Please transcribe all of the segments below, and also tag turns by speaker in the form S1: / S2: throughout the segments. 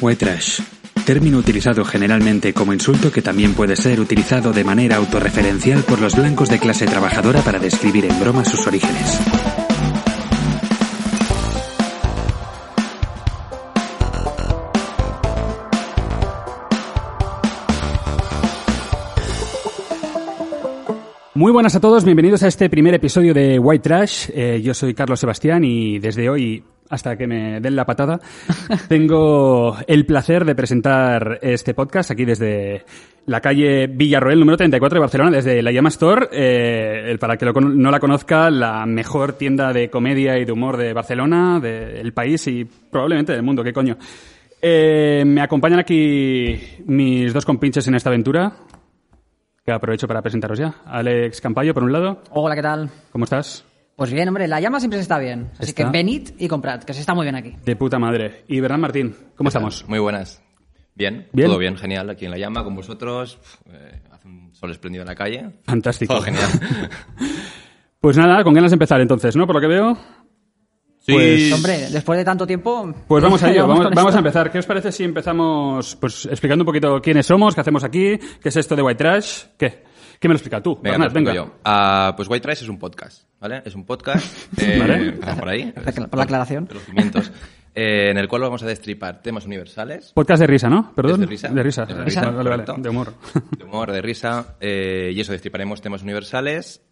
S1: White trash. Término utilizado generalmente como insulto que también puede ser utilizado de manera autorreferencial por los blancos de clase trabajadora para describir en broma sus orígenes.
S2: Muy buenas a todos, bienvenidos a este primer episodio de White Trash. Eh, yo soy Carlos Sebastián y desde hoy hasta que me den la patada, tengo el placer de presentar este podcast aquí desde la calle Villarroel número 34 de Barcelona, desde la Llama Store. Eh, el- para el que lo con- no la conozca, la mejor tienda de comedia y de humor de Barcelona, del país y probablemente del mundo, qué coño. Eh, me acompañan aquí mis dos compinches en esta aventura, que aprovecho para presentaros ya. Alex Campayo, por un lado.
S3: Hola, ¿qué tal?
S2: ¿Cómo estás?
S3: Pues bien, hombre, la llama siempre se está bien. Así
S2: Está.
S3: que venid y comprad, que se está muy bien aquí.
S2: De puta madre. Y Bernard Martín, ¿cómo estamos?
S4: Muy buenas. Bien,
S2: Bien.
S4: todo bien, genial. Aquí en La Llama, con vosotros. Pf, eh, hace un sol espléndido en la calle.
S2: Fantástico.
S4: Todo genial.
S2: Pues nada, con ganas de empezar entonces, ¿no? Por lo que veo.
S4: Sí.
S2: Pues-
S3: Hombre, después de tanto tiempo...
S2: Pues vamos a ello, vamos,
S3: con
S2: vamos a
S3: esto.
S2: empezar. ¿Qué os parece si empezamos pues, explicando un poquito quiénes somos, qué hacemos aquí, qué es esto de White Trash? ¿Qué? ¿Qué me lo explica tú?
S4: Venga,
S2: Bernat,
S4: pues
S2: venga.
S4: vengo yo. Ah, pues White Trash es un podcast, ¿vale? Es un podcast. eh,
S2: Vale.
S4: empezamos por ahí.
S3: Por la- por la aclaración.
S4: De los cimientos. eh, en el cual vamos a destripar temas universales,
S2: Podcast de risa, ¿no? Perdón.
S4: Es de risa.
S2: De risa.
S4: Es de risa,
S2: Vale, vale,
S4: correcto.
S2: de humor.
S4: de humor, de risa, eh, y eso, destriparemos temas universales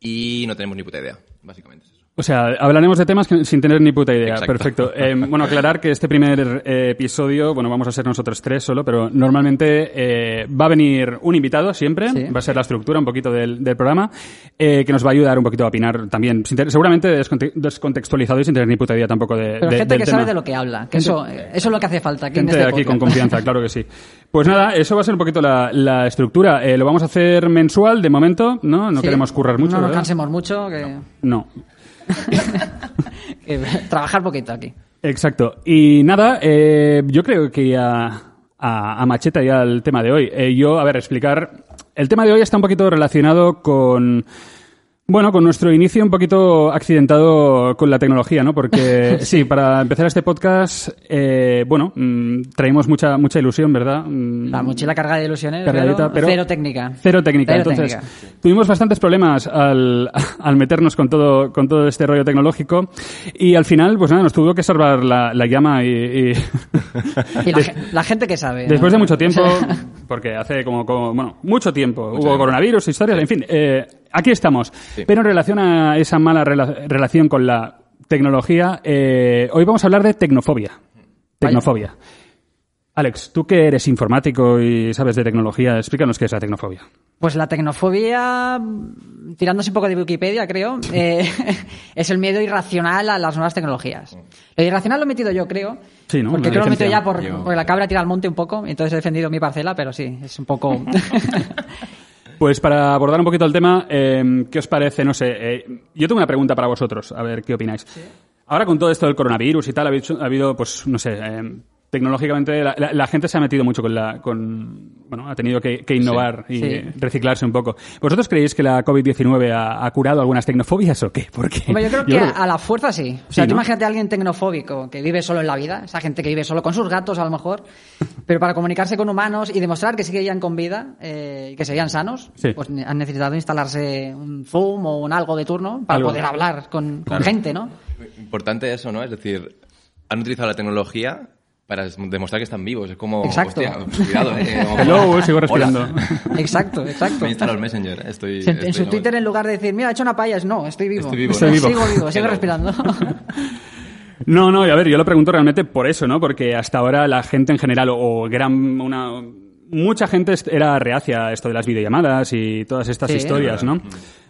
S4: y no tenemos ni puta idea, básicamente. Es eso.
S2: O sea, hablaremos de temas que- sin tener ni puta idea.
S4: Exacto.
S2: Perfecto. Eh, bueno, aclarar que este primer eh, episodio, bueno, vamos a ser nosotros tres solo, pero normalmente eh, va a venir un invitado siempre.
S3: Sí.
S2: Va a ser la estructura un poquito del, del programa, eh, que nos va a ayudar un poquito a opinar también. sin tener- seguramente desconte- descontextualizado y sin tener ni puta idea tampoco de,
S3: Pero
S2: de-
S3: gente
S2: del
S3: que
S2: tema.
S3: sabe de lo que habla, que eso, eh, eso es lo que hace falta. Aquí en
S2: Gente
S3: este
S2: aquí con
S3: podcast.
S2: confianza, claro que sí. Pues nada, eso va a ser un poquito la, la estructura. Eh, lo vamos a hacer mensual de momento, ¿no? No
S3: Sí.
S2: queremos currar mucho,
S3: No nos
S2: ¿verdad?
S3: cansemos mucho, que,
S2: No,
S3: que trabajar poquito aquí.
S2: Exacto. Y nada, eh, yo creo que a, a, a macheta ya el tema de hoy. Eh, yo, a ver, explicar. El tema de hoy está un poquito relacionado con. Bueno, con nuestro inicio un poquito accidentado con la tecnología, ¿no? Porque sí, para empezar este podcast, eh, bueno, mm, traímos mucha mucha ilusión, ¿verdad? Mm,
S3: La mochila cargada de ilusiones,
S2: cargadita,
S3: pero,
S2: pero-
S3: cero técnica.
S2: Cero técnica.
S3: Cero
S2: Entonces,
S3: técnica.
S2: tuvimos bastantes problemas al, al meternos con todo, con todo este rollo tecnológico y al final, pues nada, nos tuvo que salvar la, la llama y... y-
S3: Y la,
S2: de-
S3: ge- la gente que sabe. ¿no?
S2: Después de mucho tiempo, porque hace como, como- bueno, mucho tiempo, hubo
S4: tiempo.
S2: coronavirus, historias, en fin, eh, aquí estamos.
S4: Sí.
S2: Pero en relación a esa mala rela- relación con la tecnología, eh, hoy vamos a hablar de tecnofobia. Tecnofobia. Alex, tú que eres informático y sabes de tecnología, explícanos qué es la tecnofobia.
S3: Pues la tecnofobia, tirándose un poco de Wikipedia, creo, eh, es el miedo irracional a las nuevas tecnologías. Lo irracional lo he metido yo, creo.
S2: Mm. Sí, ¿no?
S3: Porque
S2: Una
S3: creo que lo he metido
S2: licencia.
S3: ya por,
S4: Yo-
S3: porque la cabra tira al monte un poco, entonces he defendido mi parcela, pero sí, es un poco...
S2: Pues para abordar un poquito el tema, eh, ¿qué os parece? No sé, eh, yo tengo una pregunta para vosotros, a ver qué opináis. Ahora con todo esto del coronavirus y tal, ha habido, ha habido, pues, no sé, eh, tecnológicamente la, la- la gente se ha metido mucho con la... Con, bueno, ha tenido que, que innovar y
S3: Sí.
S2: reciclarse un poco. ¿Vosotros creéis que la COVID-19 ha, ha curado algunas tecnofobias o qué? Porque
S3: Hombre, yo creo que a la fuerza sí. O sea,
S2: Sí,
S3: tú
S2: ¿no?
S3: imagínate a alguien tecnofóbico que vive solo en la vida, esa gente que vive solo con sus gatos a lo mejor, pero para comunicarse con humanos y demostrar que seguían con vida eh, y que seguían sanos,
S2: Sí.
S3: pues ne- han necesitado instalarse un Zoom o un algo de turno para
S2: Algo.
S3: poder hablar con, con gente, ¿no?
S4: Importante eso, ¿no? Es decir, han utilizado la tecnología para des- demostrar que están vivos. Es como,
S3: Exacto.
S4: hostia, cuidado, ¿eh? Como-
S2: Hello, sigo
S4: Hola.
S2: respirando.
S3: Exacto, exacto.
S4: Me he instalado el Messenger, ¿eh? estoy...
S3: Si en-
S4: estoy
S3: en su
S4: la-
S3: Twitter, en lugar de decir, mira, he hecho una paya, es no, estoy vivo.
S4: Estoy vivo, Mm,
S2: Estoy ¿no? vivo.
S3: Sigo vivo, sigo
S4: Hello.
S3: respirando.
S2: No, no, y a ver, yo lo pregunto realmente por eso, ¿no? Porque hasta ahora la gente en general, o, o gran, una, mucha gente est- era reacia a esto de las videollamadas y todas estas
S3: Sí.
S2: historias, ¿no? Mm.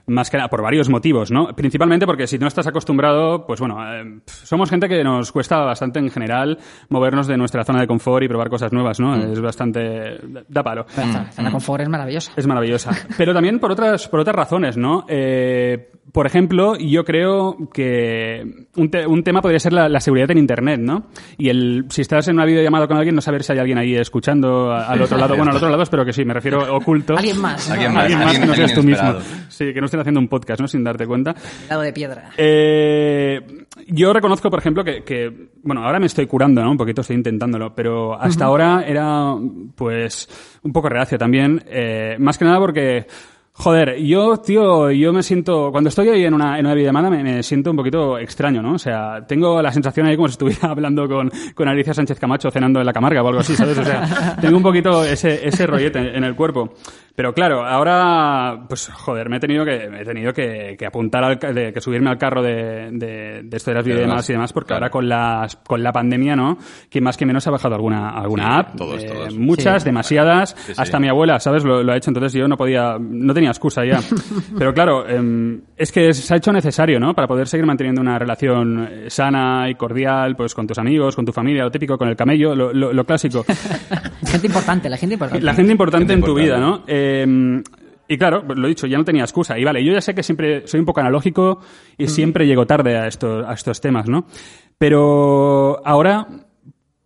S2: Más que nada, por varios motivos, ¿no? Principalmente porque si no estás acostumbrado, pues bueno, eh, pf, somos gente que nos cuesta bastante en general movernos de nuestra zona de confort y probar cosas nuevas, ¿no? Es bastante... da palo.
S4: mm.
S3: La zona confort es maravillosa.
S2: Es maravillosa. Pero también por otras, por otras razones, ¿no? Eh, por ejemplo, yo creo que un, te- un tema podría ser la, la seguridad en Internet, ¿no? Y el si estás en una videollamada con alguien, no saber si hay alguien ahí escuchando a- al otro lado. Bueno, al otro lado, pero que sí, me refiero oculto.
S3: Alguien más. ¿no?
S4: Alguien más.
S2: Alguien más que no
S4: alguien
S2: seas tú mismo.
S4: inesperado.
S2: Sí, que no estés estar haciendo un podcast, ¿no? Sin darte cuenta.
S3: Lado de piedra.
S2: Eh, yo reconozco, por ejemplo, que, que, bueno, ahora me estoy curando, ¿no? Un poquito estoy intentándolo, pero hasta ahora era, pues, un poco reacio también. Eh, más que nada porque, joder, yo, tío, yo me siento, cuando estoy ahí en una, en una videollamada me, me siento un poquito extraño, ¿no? O sea, tengo la sensación ahí como si estuviera hablando con, con Alicia Sánchez Camacho cenando en la Camarga o algo así, ¿sabes? O sea, tengo un poquito ese, ese rollete en, en el cuerpo. Pero claro, ahora, pues joder, me he tenido que, me he tenido que, que apuntar al, ca- de- que subirme al carro de, de, de esto de las
S4: De
S2: videollamadas
S4: demás,
S2: y demás, porque
S4: claro.
S2: ahora con las, con la pandemia, ¿no? Que más que menos ha bajado alguna, alguna
S4: Sí,
S2: app. Eh,
S4: todos, todos.
S2: Muchas, demasiadas.
S4: Sí, sí.
S2: Hasta mi abuela, ¿sabes? Lo, lo ha hecho, entonces yo no podía, no tenía excusa ya. Pero claro, em, es que se ha hecho necesario, ¿no? Para poder seguir manteniendo una relación eh, sana y cordial, pues con tus amigos, con tu familia, lo típico, con el camello, lo, lo- lo clásico.
S3: Gente importante, la gente importante.
S2: La gente importante
S4: Gente
S2: en tu vida, ¿no? Eh,
S4: importante.
S2: y claro, pues lo he dicho, ya no tenía excusa. Y vale, yo ya sé que siempre soy un poco analógico y siempre llego tarde a, esto- a estos temas, ¿no? Pero ahora,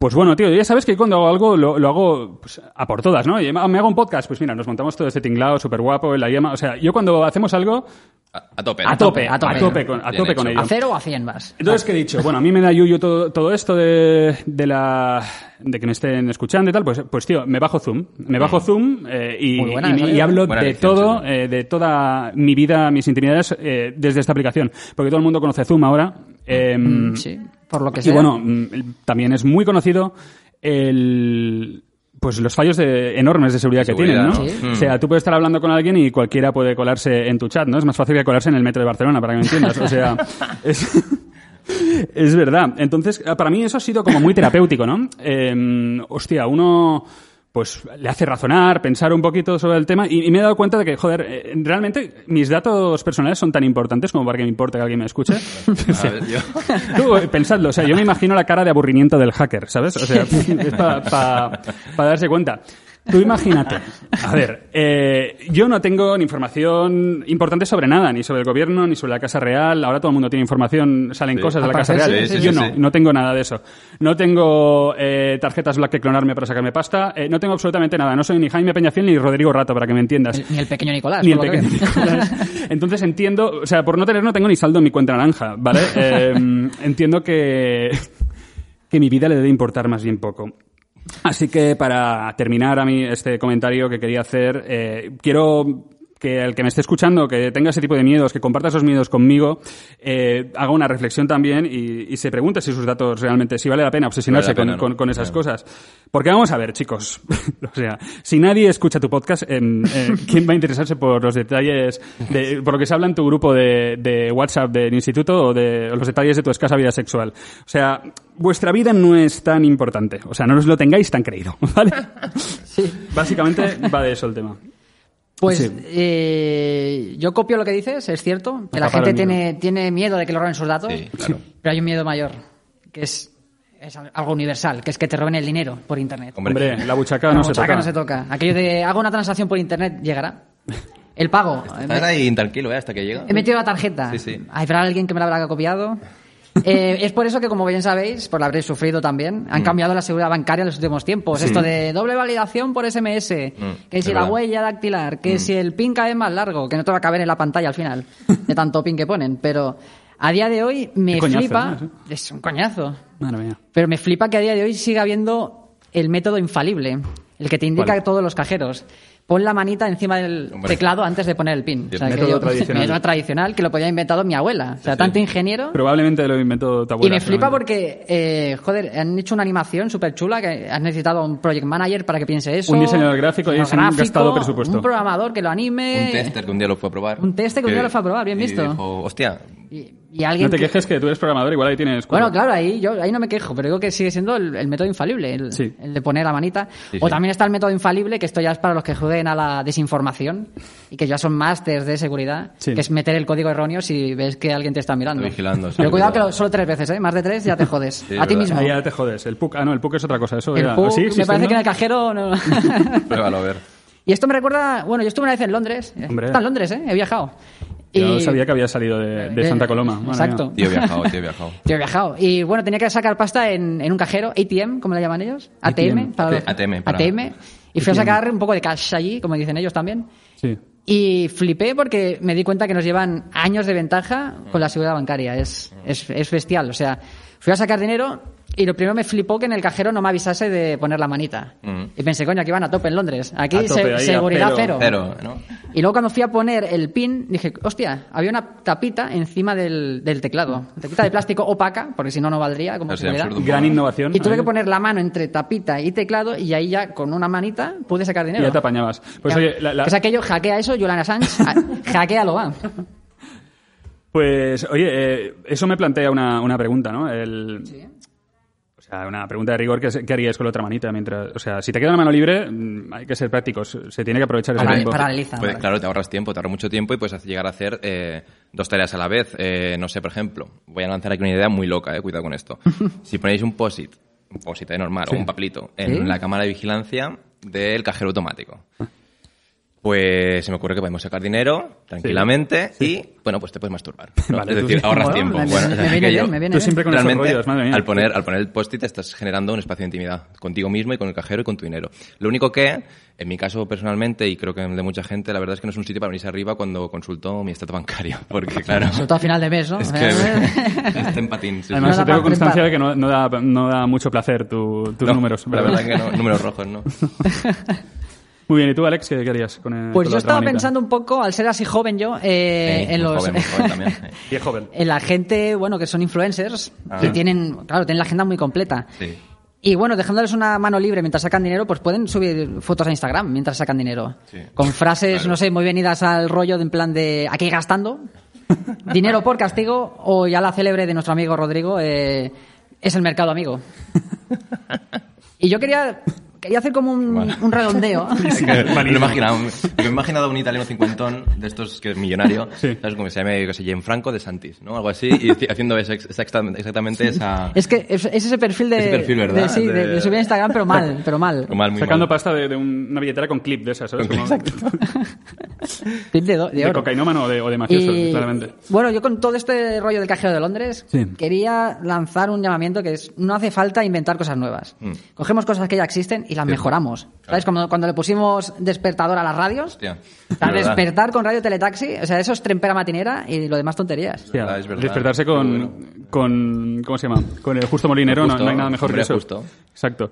S2: pues bueno, tío, ya sabes que cuando hago algo lo, lo hago pues, a por todas, ¿no? Y me hago un podcast, pues mira, nos montamos todo este tinglado súper guapo, la llama. O sea, yo cuando hacemos algo,
S4: A, a tope.
S2: a tope, a tope,
S3: tope.
S2: a tope con, a
S4: Bien
S2: tope con
S4: hecho.
S2: ello.
S3: ¿A cero o a cien más?
S2: Entonces, ¿qué he dicho? Bueno, a mí me da yuyu todo, todo esto de, de la de que me estén escuchando y tal, pues, pues tío, me bajo Zoom. Me bajo Zoom eh, y,
S3: Mm. Muy buena,
S2: y-
S3: esa
S2: y
S3: idea.
S2: hablo
S4: Buena
S2: de
S4: elección,
S2: todo,
S4: sí,
S2: eh, de toda mi vida, mis intimidades, eh, desde esta aplicación. Porque todo el mundo conoce Zoom ahora. eh,
S3: Mm, Sí, por lo que
S2: y
S3: sea.
S2: bueno, mm, también es muy conocido el pues los fallos de- enormes de seguridad,
S4: Seguridad,
S2: que tienen, ¿no?
S4: ¿no? Sí.
S2: O sea, tú puedes estar hablando con alguien y cualquiera puede colarse en tu chat, ¿no? Es más fácil que colarse en el metro de Barcelona, para que me entiendas. O sea, es, es verdad. Entonces, ah, para mí eso ha sido como muy terapéutico, ¿no? Eh, hostia, uno pues le hace razonar, pensar un poquito sobre el tema y, y me he dado cuenta de que, joder, eh, realmente mis datos personales son tan importantes como para que me importe que alguien me escuche. O
S4: A
S2: sea,
S4: ver, yo-
S2: Tú, eh, pensadlo, o sea, yo me imagino la cara de aburrimiento del hacker, ¿sabes? O sea, es para darse cuenta. Tú imagínate, a ver, eh, yo no tengo ni información importante sobre nada, ni sobre el gobierno, ni sobre la Casa Real, ahora todo el mundo tiene información, salen
S4: Sí. Ah,
S2: cosas de la
S3: Aparte,
S2: Casa Real, ¿eh?
S4: sí, sí,
S2: yo
S4: sí,
S2: no,
S4: sí.
S2: no tengo nada de eso. No tengo eh, tarjetas black que clonarme para sacarme pasta, eh, no tengo absolutamente nada, no soy ni Jaime Peñafiel ni Rodrigo Rato, para que me entiendas.
S3: Ni el pequeño Nicolás.
S2: Ni el
S3: por lo que
S2: pequeño
S3: veo.
S2: Nicolás. Entonces entiendo, o sea, por no tener no tengo ni saldo en mi cuenta naranja, ¿vale? Eh, entiendo que, que mi vida le debe importar más bien poco. Así que para terminar a mí este comentario que quería hacer, eh, quiero que el que me esté escuchando, que tenga ese tipo de miedos, que comparta esos miedos conmigo, eh, haga una reflexión también y, y se pregunte si sus datos realmente, si vale la pena obsesionarse
S4: Vale la pena,
S2: con- con,
S4: ¿no?
S2: con esas
S4: Claro.
S2: cosas cosas. Porque vamos a ver, chicos. o sea, si nadie escucha tu podcast, em, eh, ¿quién va a interesarse por los detalles, de, por lo que se habla en tu grupo de, de WhatsApp del instituto o de o los detalles de tu escasa vida sexual? O sea, vuestra vida no es tan importante. O sea, no os lo tengáis tan creído, ¿vale? Básicamente va de eso el tema.
S3: Pues
S2: Sí.
S3: eh, yo copio lo que dices, es cierto, que la
S2: Acaparar
S3: gente
S2: el miedo.
S3: tiene, tiene miedo de que le roben sus datos,
S4: Sí, claro.
S3: pero hay un miedo mayor, que es, es algo universal, que es que te roben el dinero por Internet.
S4: Hombre.
S2: Hombre, la buchaca
S3: La
S2: no se
S3: muchacha
S2: toca.
S3: no se toca. Aquello de hago una transacción por Internet, llegará. El pago.
S4: Estás ahí intranquilo, ¿eh? Hasta que llega.
S3: He metido la tarjeta.
S4: Sí, sí.
S3: Habrá alguien que me la habrá copiado. Eh, es por eso que, como bien sabéis, pues la habréis sufrido también,
S4: Mm.
S3: han cambiado la seguridad bancaria en los últimos tiempos. Esto de doble validación por SMS, que
S4: Mm, es
S3: si la
S4: verdad. Mm.
S3: huella dactilar, que si el pin cae más largo, que no te va a caber en la pantalla al final, de tanto pin que ponen. Pero a día de hoy me
S2: Qué coñazo,
S3: flipa.
S2: ¿no?
S3: Es un coñazo.
S2: Madre mía.
S3: Pero me flipa que a día de hoy siga habiendo el método infalible, el que te indica
S2: ¿Cuál?
S3: todos los cajeros. Pon la manita encima del
S4: Hombre.
S3: teclado antes de poner el pin.
S4: Sí,
S2: método tradicional.
S3: método tradicional que lo podía haber inventado mi abuela. O sea,
S4: sí.
S3: tanto ingeniero.
S2: Probablemente lo inventó tu
S3: y
S2: abuela.
S3: me flipa
S2: seguramente.
S3: porque, eh, joder, han hecho una animación súper chula que has necesitado un project manager para que piense eso.
S2: Un diseñador gráfico y
S3: diseñador
S2: se han
S3: gráfico,
S2: gastado presupuesto.
S3: Un programador que lo anime.
S4: Un tester que un día lo fue a probar.
S3: Un tester que un día lo fue a probar, bien
S4: y
S3: visto.
S4: dijo, hostia,
S3: Y, y alguien
S2: No te
S3: que-
S2: quejes que tú eres programador, igual ahí tienes...
S3: Bueno,
S2: curro.
S3: claro, ahí yo ahí no me quejo, pero digo que sigue siendo el, el método infalible, el,
S2: Sí.
S3: el de poner la manita.
S4: Sí,
S3: o
S4: sí.
S3: también está el método infalible, que esto ya es para los que jueguen a la desinformación y que ya son másters de seguridad,
S2: Sí.
S3: que es meter el código erróneo si ves que alguien te está mirando.
S4: Está vigilando, sí,
S3: pero cuidado
S4: verdad.
S3: que lo- solo tres veces, ¿eh? Más de tres ya te jodes.
S4: Sí,
S3: a ti
S4: verdad.
S3: mismo.
S2: Ahí ya te jodes. El PUC... Ah, no, el PUC es otra cosa. Eso
S3: El
S2: era-
S3: pug,
S2: ¿Sí?
S3: me parece
S2: ¿Existiendo?
S3: que en el cajero... no.
S4: pruébalo a ver.
S3: y esto me recuerda... Bueno, yo estuve una vez en Londres.
S2: Hombre.
S3: Está en Londres, ¿eh? He viajado.
S2: Yo
S3: Y- Eh,
S2: sabía que había salido de, de Santa Coloma. madre
S3: Exacto.
S2: mía.
S4: Tío he viajado, tío he viajado.
S3: Yo he viajado. Y bueno, tenía que sacar pasta en, en un cajero, ATM, como le llaman ellos. ATM.
S2: ATM,
S3: para los-
S4: ATM, para-
S3: ATM. Y fui a sacar un poco de cash allí, como dicen ellos también.
S2: Sí.
S3: Y flipé porque me di cuenta que nos llevan años de ventaja con la seguridad bancaria. Es, es, es bestial. O sea, fui a sacar dinero y lo primero me flipó que en el cajero no me avisase de poner la manita.
S4: Mm.
S3: Y pensé, coño, aquí van a tope en Londres. Aquí
S5: A tope,
S3: se-
S5: ahí, a
S3: seguridad
S5: pelo,
S3: cero.
S4: Pero, ¿no?
S3: Y luego cuando fui a poner el pin, dije, hostia, había una tapita encima del, del teclado. Tapita de plástico opaca, porque si no, no valdría como
S4: O sea,
S3: seguridad.
S4: absurdo.
S2: Gran innovación.
S3: Y tuve que
S2: Ahí.
S3: poner la mano entre tapita y teclado y ahí ya con una manita pude sacar
S2: Y
S3: dinero.
S2: ya te apañabas. Pues
S3: Ya.
S2: oye, la- la-
S3: Es aquello, hackea eso, Yolanda Sanz, hackea lo va.
S2: pues, oye, eh, eso me plantea una, una pregunta, ¿no? El, O sea, una pregunta de rigor, ¿qué, es- qué harías con la otra manita? mientras O sea, si te queda una mano libre, mm, hay que ser prácticos. Se tiene que aprovechar ese
S3: Para-
S2: tiempo.
S3: paraliza.
S4: Pues,
S3: paraliza.
S4: claro, te ahorras tiempo, te ahorras mucho tiempo y puedes hacer- llegar a hacer eh, dos tareas a la vez. Eh, no sé, por ejemplo, voy a lanzar aquí una idea muy loca, eh, cuidado con esto. si ponéis un post-it, un post-it eh, normal o un papelito en
S3: ¿Sí? Ah.
S4: la cámara de vigilancia del cajero automático, pues se me ocurre que podemos sacar dinero tranquilamente y, bueno, pues te puedes masturbar. ¿no?
S2: Vale,
S4: es
S2: tú-
S4: decir, ahorras
S3: Bueno,
S4: tiempo.
S3: me-
S4: Bueno,
S3: me
S4: es decir
S3: viene
S4: que
S3: bien,
S4: yo-
S3: me viene
S2: Tú
S3: bien.
S2: siempre con esos
S4: Realmente,
S2: rollos, madre mía.
S4: Al poner, al poner el post-it estás generando un espacio de intimidad contigo mismo y con el cajero y con tu dinero. Lo único que, en mi caso personalmente, y creo que el de mucha gente, la verdad es que no es un sitio para venirse arriba cuando consulto mi estado bancario. Porque, claro,
S3: Sobre todo a final de mes, ¿no?
S4: es que está en patín. sí, sí.
S2: Además,
S3: No da
S2: yo tengo
S3: pa-
S2: constancia
S3: pa-
S2: de que no, no da, no da mucho placer tu- tus
S4: No,
S2: números.
S4: La
S2: ¿verdad?
S4: verdad que no, números rojos, ¿no?
S2: Muy bien, ¿y tú, Alex, qué qué harías con el,
S3: Pues
S2: con
S3: yo
S2: la otra
S3: estaba
S2: manita?
S3: pensando un poco, al ser así joven yo, eh,
S4: Sí,
S3: en
S4: muy
S3: los...
S4: joven, muy joven también, sí.
S2: Y es joven.
S3: en Eh, la gente, bueno, que son influencers
S4: Ah.
S3: y tienen, claro, tienen la agenda muy completa.
S4: Sí.
S3: Y bueno, dejándoles una mano libre mientras sacan dinero, pues pueden subir fotos a Instagram mientras sacan dinero.
S4: Sí.
S3: Con frases,
S4: Claro.
S3: no sé, muy venidas al rollo de en plan de aquí gastando, dinero por castigo, o ya la célebre de nuestro amigo Rodrigo, eh, es el mercado amigo. Y yo quería, quería hacer como un,
S4: Vale.
S3: un redondeo.
S4: Me lo he imaginado, me he imaginado a un italiano cincuentón de estos que es millonario, ¿sabes? Como que se llame, que sé, Gianfranco de Santis, ¿no? Algo así, y haci- haciendo esa- exactamente, exactamente esa...
S3: Es que es, es ese perfil de,
S4: Ese perfil, ¿verdad?
S3: de- sí, de-
S4: De-
S3: de subir a Instagram, pero mal, pero mal.
S4: Lo mal, muy
S2: Sacando
S4: mal.
S2: pasta de, de un- una billetera con clip de esas, ¿sabes?
S4: Con-
S2: Como-
S3: Clip de, do- de
S2: de,
S3: oro.
S2: cocainómano o de, o de mafioso,
S3: Y,
S2: claramente.
S4: Ah,
S3: Bueno, yo con todo este rollo del cajero de Londres
S2: Sí.
S3: quería lanzar un llamamiento que es no hace falta inventar cosas nuevas.
S4: Mm.
S3: Cogemos cosas que ya existen y las
S4: Sí.
S3: mejoramos. ¿Sabes? Como cuando le pusimos despertador a las radios.
S4: Hostia,
S3: Para
S4: es verdad.
S3: despertar con radio teletaxi, o sea, eso es trempera matinera y lo demás tonterías.
S2: Hostia,
S4: verdad, es verdad.
S2: Despertarse con, con. ¿Cómo se llama? Con el justo molinero,
S4: El
S2: no-
S4: justo,
S2: no, hay nada mejor
S4: hombre,
S2: que eso.
S4: justo.
S2: Exacto.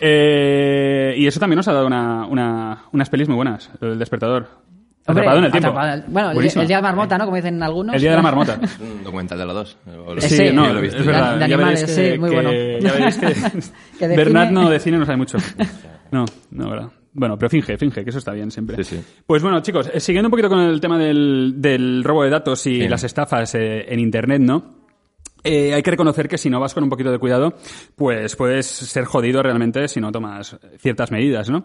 S2: Eh, y eso también nos ha dado una, una, unas pelis muy buenas, el despertador.
S3: Hombre,
S2: atrapado en el tiempo.
S3: atrapado en el- bueno, el,
S2: Buenísima.
S3: el día de la marmota, ¿no? Como dicen algunos.
S2: El día de la marmota.
S4: Es un documental de la dos. O lo-
S3: Sí,
S2: Sí,
S3: Ese,
S2: no,
S4: yo lo he visto.
S2: es verdad.
S3: De- de
S2: ya
S3: animales,
S2: veréis que,
S3: sí, muy
S2: que-
S3: bueno.
S2: Ya veréis que,
S3: Que de
S2: Bernat
S3: cine-
S2: no, de cine no sabe mucho. No, no, verdad. Bueno, pero finge, finge, que eso está bien siempre.
S4: Sí, sí.
S2: Pues bueno, chicos, eh, siguiendo un poquito con el tema del, del robo de datos y
S4: Sí.
S2: las estafas eh, en Internet, ¿no? Eh, hay que reconocer que si no vas con un poquito de cuidado, pues puedes ser jodido realmente si no tomas ciertas medidas, ¿no?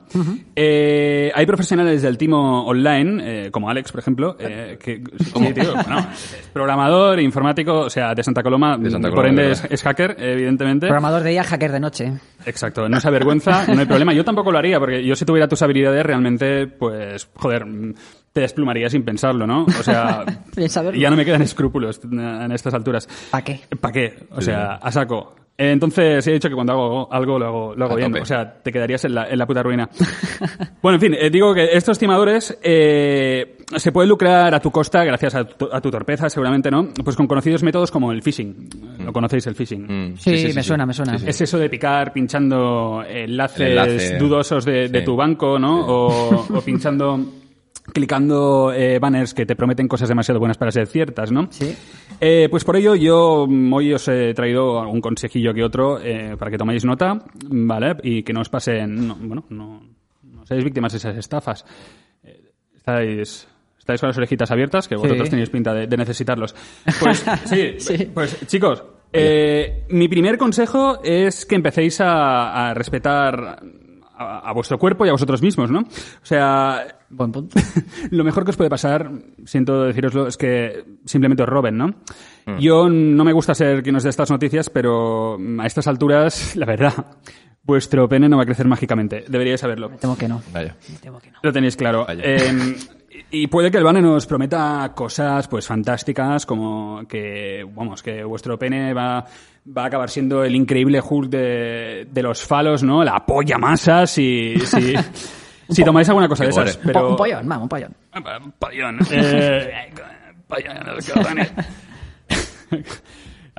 S2: Eh, hay profesionales del timo online, eh, como Alex, por ejemplo, eh, que sí, tío, bueno, es programador, informático, o sea, de Santa Coloma,
S4: De Santa
S2: por
S4: Coloma,
S2: ende
S4: de
S2: es,
S4: verdad.
S2: es hacker, evidentemente.
S3: Programador de día, hacker de noche.
S2: Exacto, no se avergüenza, no hay problema. Yo tampoco lo haría, porque yo si tuviera tus habilidades realmente, pues, joder, mm, te desplumaría sin pensarlo, ¿no? O sea,
S3: Sin saberlo.
S2: ya no me quedan escrúpulos en estas alturas.
S3: ¿Pa' qué?
S2: ¿Para qué? O sea, a saco. Eh, Entonces, he dicho que cuando hago algo, lo hago, lo hago
S4: A
S2: bien.
S4: tope.
S2: O sea, te quedarías en la, en la puta ruina. bueno, en fin, eh, digo que estos timadores eh, se pueden lucrar a tu costa, gracias a tu, a tu torpeza, seguramente, ¿no? Pues con conocidos métodos como el phishing. Lo conocéis, el phishing.
S4: Mm,
S3: Sí, me suena, me suena.
S2: Es eso de picar pinchando enlaces
S4: El enlace.
S2: dudosos de, de
S4: Sí.
S2: tu banco, ¿no? O, o pinchando, clicando eh, banners que te prometen cosas demasiado buenas para ser ciertas, ¿no?
S3: Sí.
S2: Eh, pues por ello yo mm, hoy os he traído algún consejillo que otro eh, para que toméis nota, ¿vale? Y que no os pasen, no, bueno, no, no seáis víctimas de esas estafas. Eh, estáis... Estáis con las orejitas abiertas, que vosotros tenéis pinta de, de necesitarlos. Pues sí, pues chicos, eh, mi primer consejo es que empecéis a, a respetar a, a vuestro cuerpo y a vosotros mismos, ¿no? O sea,
S3: Buen punto.
S2: lo mejor que os puede pasar, siento deciroslo, es que simplemente os roben, ¿no? Yo no me gusta ser quien os dé estas noticias, pero mm, a estas alturas, la verdad, vuestro pene no va a crecer mágicamente. Deberíais saberlo.
S3: Me temo que no.
S4: Vaya.
S3: Me temo que no.
S2: Lo tenéis claro.
S4: Vaya.
S2: Eh, y y puede que el banner nos prometa cosas pues fantásticas, como que vamos, que vuestro pene va, va a acabar siendo el increíble Hulk de, de los falos, ¿no? La polla masa si, si, Si tomáis alguna cosa
S4: Qué
S2: de esas,
S4: gore.
S3: Un po-
S2: pero...
S3: Un pollón, vamos, un pollón.
S2: Payón. Eh, payón, cabrones.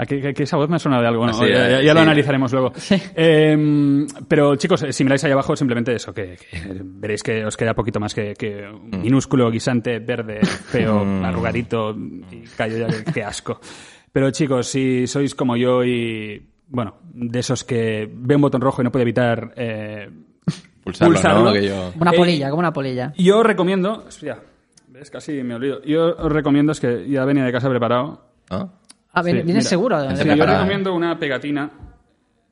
S2: ¿A qué, a qué esa voz me ha sonado de algo? Bueno,
S4: Sí,
S2: ya, ya-
S4: eh,
S2: ya lo
S4: sí.
S2: analizaremos luego. Eh, pero chicos, eh, si miráis ahí abajo, simplemente eso, que, que veréis que os queda poquito más que, que un minúsculo guisante verde, feo, arrugadito y callo ya, que- qué asco. Pero chicos, si sois como yo y, bueno, de esos que ve un botón rojo y no puede evitar eh,
S4: Pulsarlo,
S2: pulsarlo,
S4: ¿no? Que yo-
S3: Como una
S2: eh,
S3: polilla, como una polilla.
S2: yo recomiendo. Hostia, ves, casi me olvido. Yo os recomiendo, es que ya venía de casa preparado.
S4: ¿Ah?
S3: A ver,
S2: sí,
S3: vienes
S2: mira.
S3: seguro.
S2: Sí,
S4: Siempre
S2: yo
S4: para-
S2: recomiendo una pegatina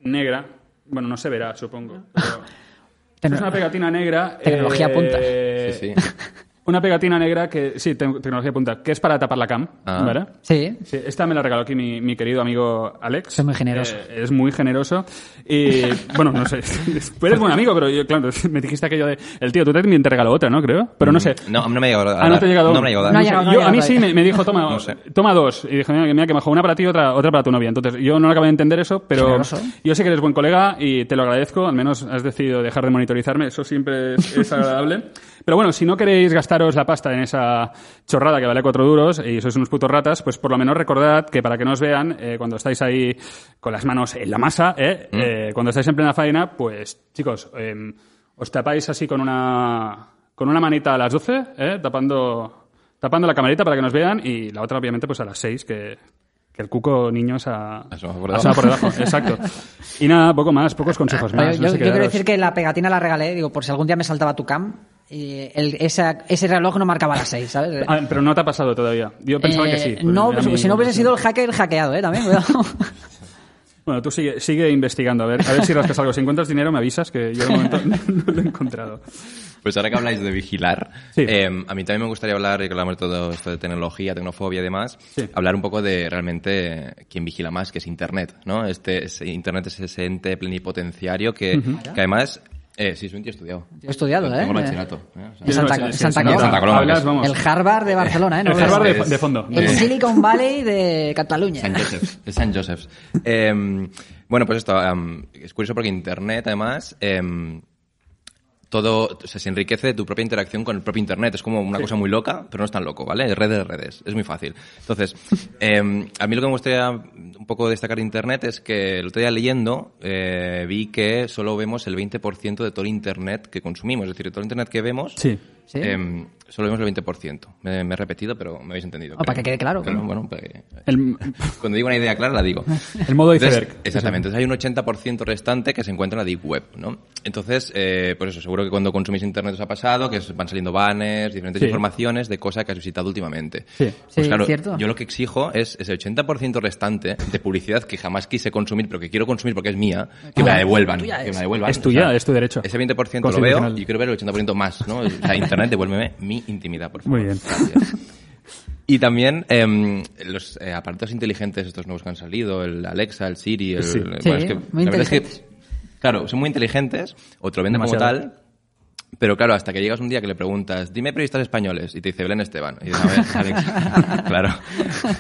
S2: negra. Bueno, no se verá, supongo. pero
S3: Tecno-
S2: es una pegatina negra. eh,
S3: Tecnología
S4: Sí, sí.
S2: Una pegatina negra que. Sí, te- tecnología punta. Que es para tapar la cam.
S4: Ah.
S2: ¿Vale?
S3: Sí.
S2: Sí, esta me la regaló aquí mi, mi querido amigo Alex.
S3: Soy muy generoso.
S2: Eh, es muy generoso. Y bueno, no sé. Tú eres buen amigo, pero yo, claro, me dijiste aquello de. El tío, tú también te regaló otra, ¿no? Creo. Pero
S4: Mm,
S2: no sé.
S4: No, no me ha llegado a
S2: Ah, no te ha llegado.
S4: No me ha llegado a dar.
S3: No ha
S2: sé,
S3: llegado, no ha
S2: yo-
S3: llegado
S2: a mí
S3: todavía.
S2: sí me, me dijo, toma,
S4: No sé.
S2: toma dos. Y dije, mira, mira, que me ha jugado una para ti y otra, otra para tu novia. Entonces, yo no lo acabé de entender eso, pero
S3: Generoso.
S2: yo sé que eres buen colega y te lo agradezco. Al menos has decidido dejar de monitorizarme. Eso siempre es, es agradable. Pero bueno, si no queréis gastaros la pasta en esa chorrada que vale cuatro duros y sois unos putos ratas, pues por lo menos recordad que para que no os vean, eh, cuando estáis ahí con las manos en la masa, eh,
S4: Mm.
S2: eh, cuando estáis en plena faena, pues chicos, em, os tapáis así con una, con una manita a las 12, eh, tapando, tapando la camarita para que nos vean y la otra obviamente pues a las 6, que, que el cuco niño se ha-
S4: Asoma por debajo.
S2: asoma por debajo. Exacto. Y nada, poco más, pocos consejos
S3: Ah, Yo,
S2: más. no
S3: yo-
S2: sé
S3: yo
S2: qué
S3: quiero
S2: daros.
S3: decir que la pegatina la regalé, digo, por si algún día me saltaba tu cam, y el- esa- ese reloj no marcaba las seis, ¿sabes?
S2: Ah, pero no te ha pasado todavía. Yo pensaba
S3: Eh,
S2: que sí. pero
S3: No,
S2: era
S3: si-
S2: mi
S3: si no hubiese sido
S2: impresión.
S3: el hacker hackeado, ¿eh? También, cuidado.
S2: Bueno, tú sigue, sigue investigando, a ver, a ver si rascas algo. Si encuentras dinero, me avisas, que yo de momento no lo he encontrado.
S4: Pues ahora que habláis de vigilar,
S2: Sí.
S4: eh, a mí también me gustaría hablar, y que hablamos de todo esto de tecnología, tecnofobia y demás,
S2: Sí.
S4: hablar un poco de realmente quién vigila más, que es Internet, ¿no? Este, es- Internet es ese ente plenipotenciario que, que además... Eh, sí, soy un tío estudiado.
S3: Yo he estudiado, ¿eh?
S4: Tengo bachillerato. ¿eh? O sea,
S3: De Santa-
S2: Sí, sí,
S3: Santa
S2: sí,
S4: Coloma.
S2: Santa Coloma. Hablas, vamos.
S3: El Harvard de Barcelona, ¿eh? No
S2: El
S3: lo
S2: Harvard de,
S3: veas.
S4: es-
S2: de fondo.
S3: El Silicon Valley de Cataluña.
S4: San Joseph's. Es San Joseph's. Em, bueno, pues esto, em, es curioso porque Internet, además, em, todo o sea, se enriquece de tu propia interacción con el propio Internet. Es como una cosa muy loca, pero no es tan loco, ¿vale? Es redes de redes, es muy fácil. Entonces, em, a mí lo que me gustaría un poco destacar de Internet es que el otro día leyendo eh, vi que solo vemos el 20% de todo el Internet que consumimos. Es decir, todo el Internet que vemos...
S2: Sí.
S3: Sí.
S4: em, solo vemos el 20%. Me, me he repetido, pero me habéis entendido.
S3: Ah, para
S4: creo.
S3: que quede claro.
S4: bueno, para que-
S2: El,
S4: cuando digo una idea clara, la digo.
S2: el modo
S4: Entonces,
S2: iceberg.
S4: exactamente. Entonces hay un 80% restante que se encuentra en la deep web, ¿no? Entonces, eh, pues eso, seguro que cuando consumís internet os ha pasado, que os van saliendo banners, diferentes
S2: Sí.
S4: informaciones de cosas que has visitado últimamente.
S2: Sí.
S4: Pues
S3: Sí,
S4: claro,
S3: cierto.
S4: yo lo que exijo es ese 80% restante de publicidad que jamás quise consumir, pero que quiero consumir porque es mía, que me la devuelvan.
S3: tuya
S4: Que
S3: es.
S4: me la devuelvan.
S2: Es tuya, es tu derecho.
S4: Ese 20% lo veo
S2: Constitucional.
S4: y quiero ver el 80% más, ¿no? O sea, internet, devuélveme mi intimidad, por favor.
S2: Muy bien.
S4: Gracias. Y también em, los eh, aparatos inteligentes, estos nuevos que han salido, el Alexa, el Siri, el...
S2: Sí.
S4: bueno,
S3: Sí,
S4: es que,
S3: muy
S4: la verdad es que,
S3: inteligentes.
S4: claro, son muy inteligentes, o te lo venden
S2: Demasiado.
S4: como tal, pero claro, hasta que llegas un día que le preguntas, dime periodistas españoles, y te dice Belén Esteban. Y dices, a ver, Alexa, claro,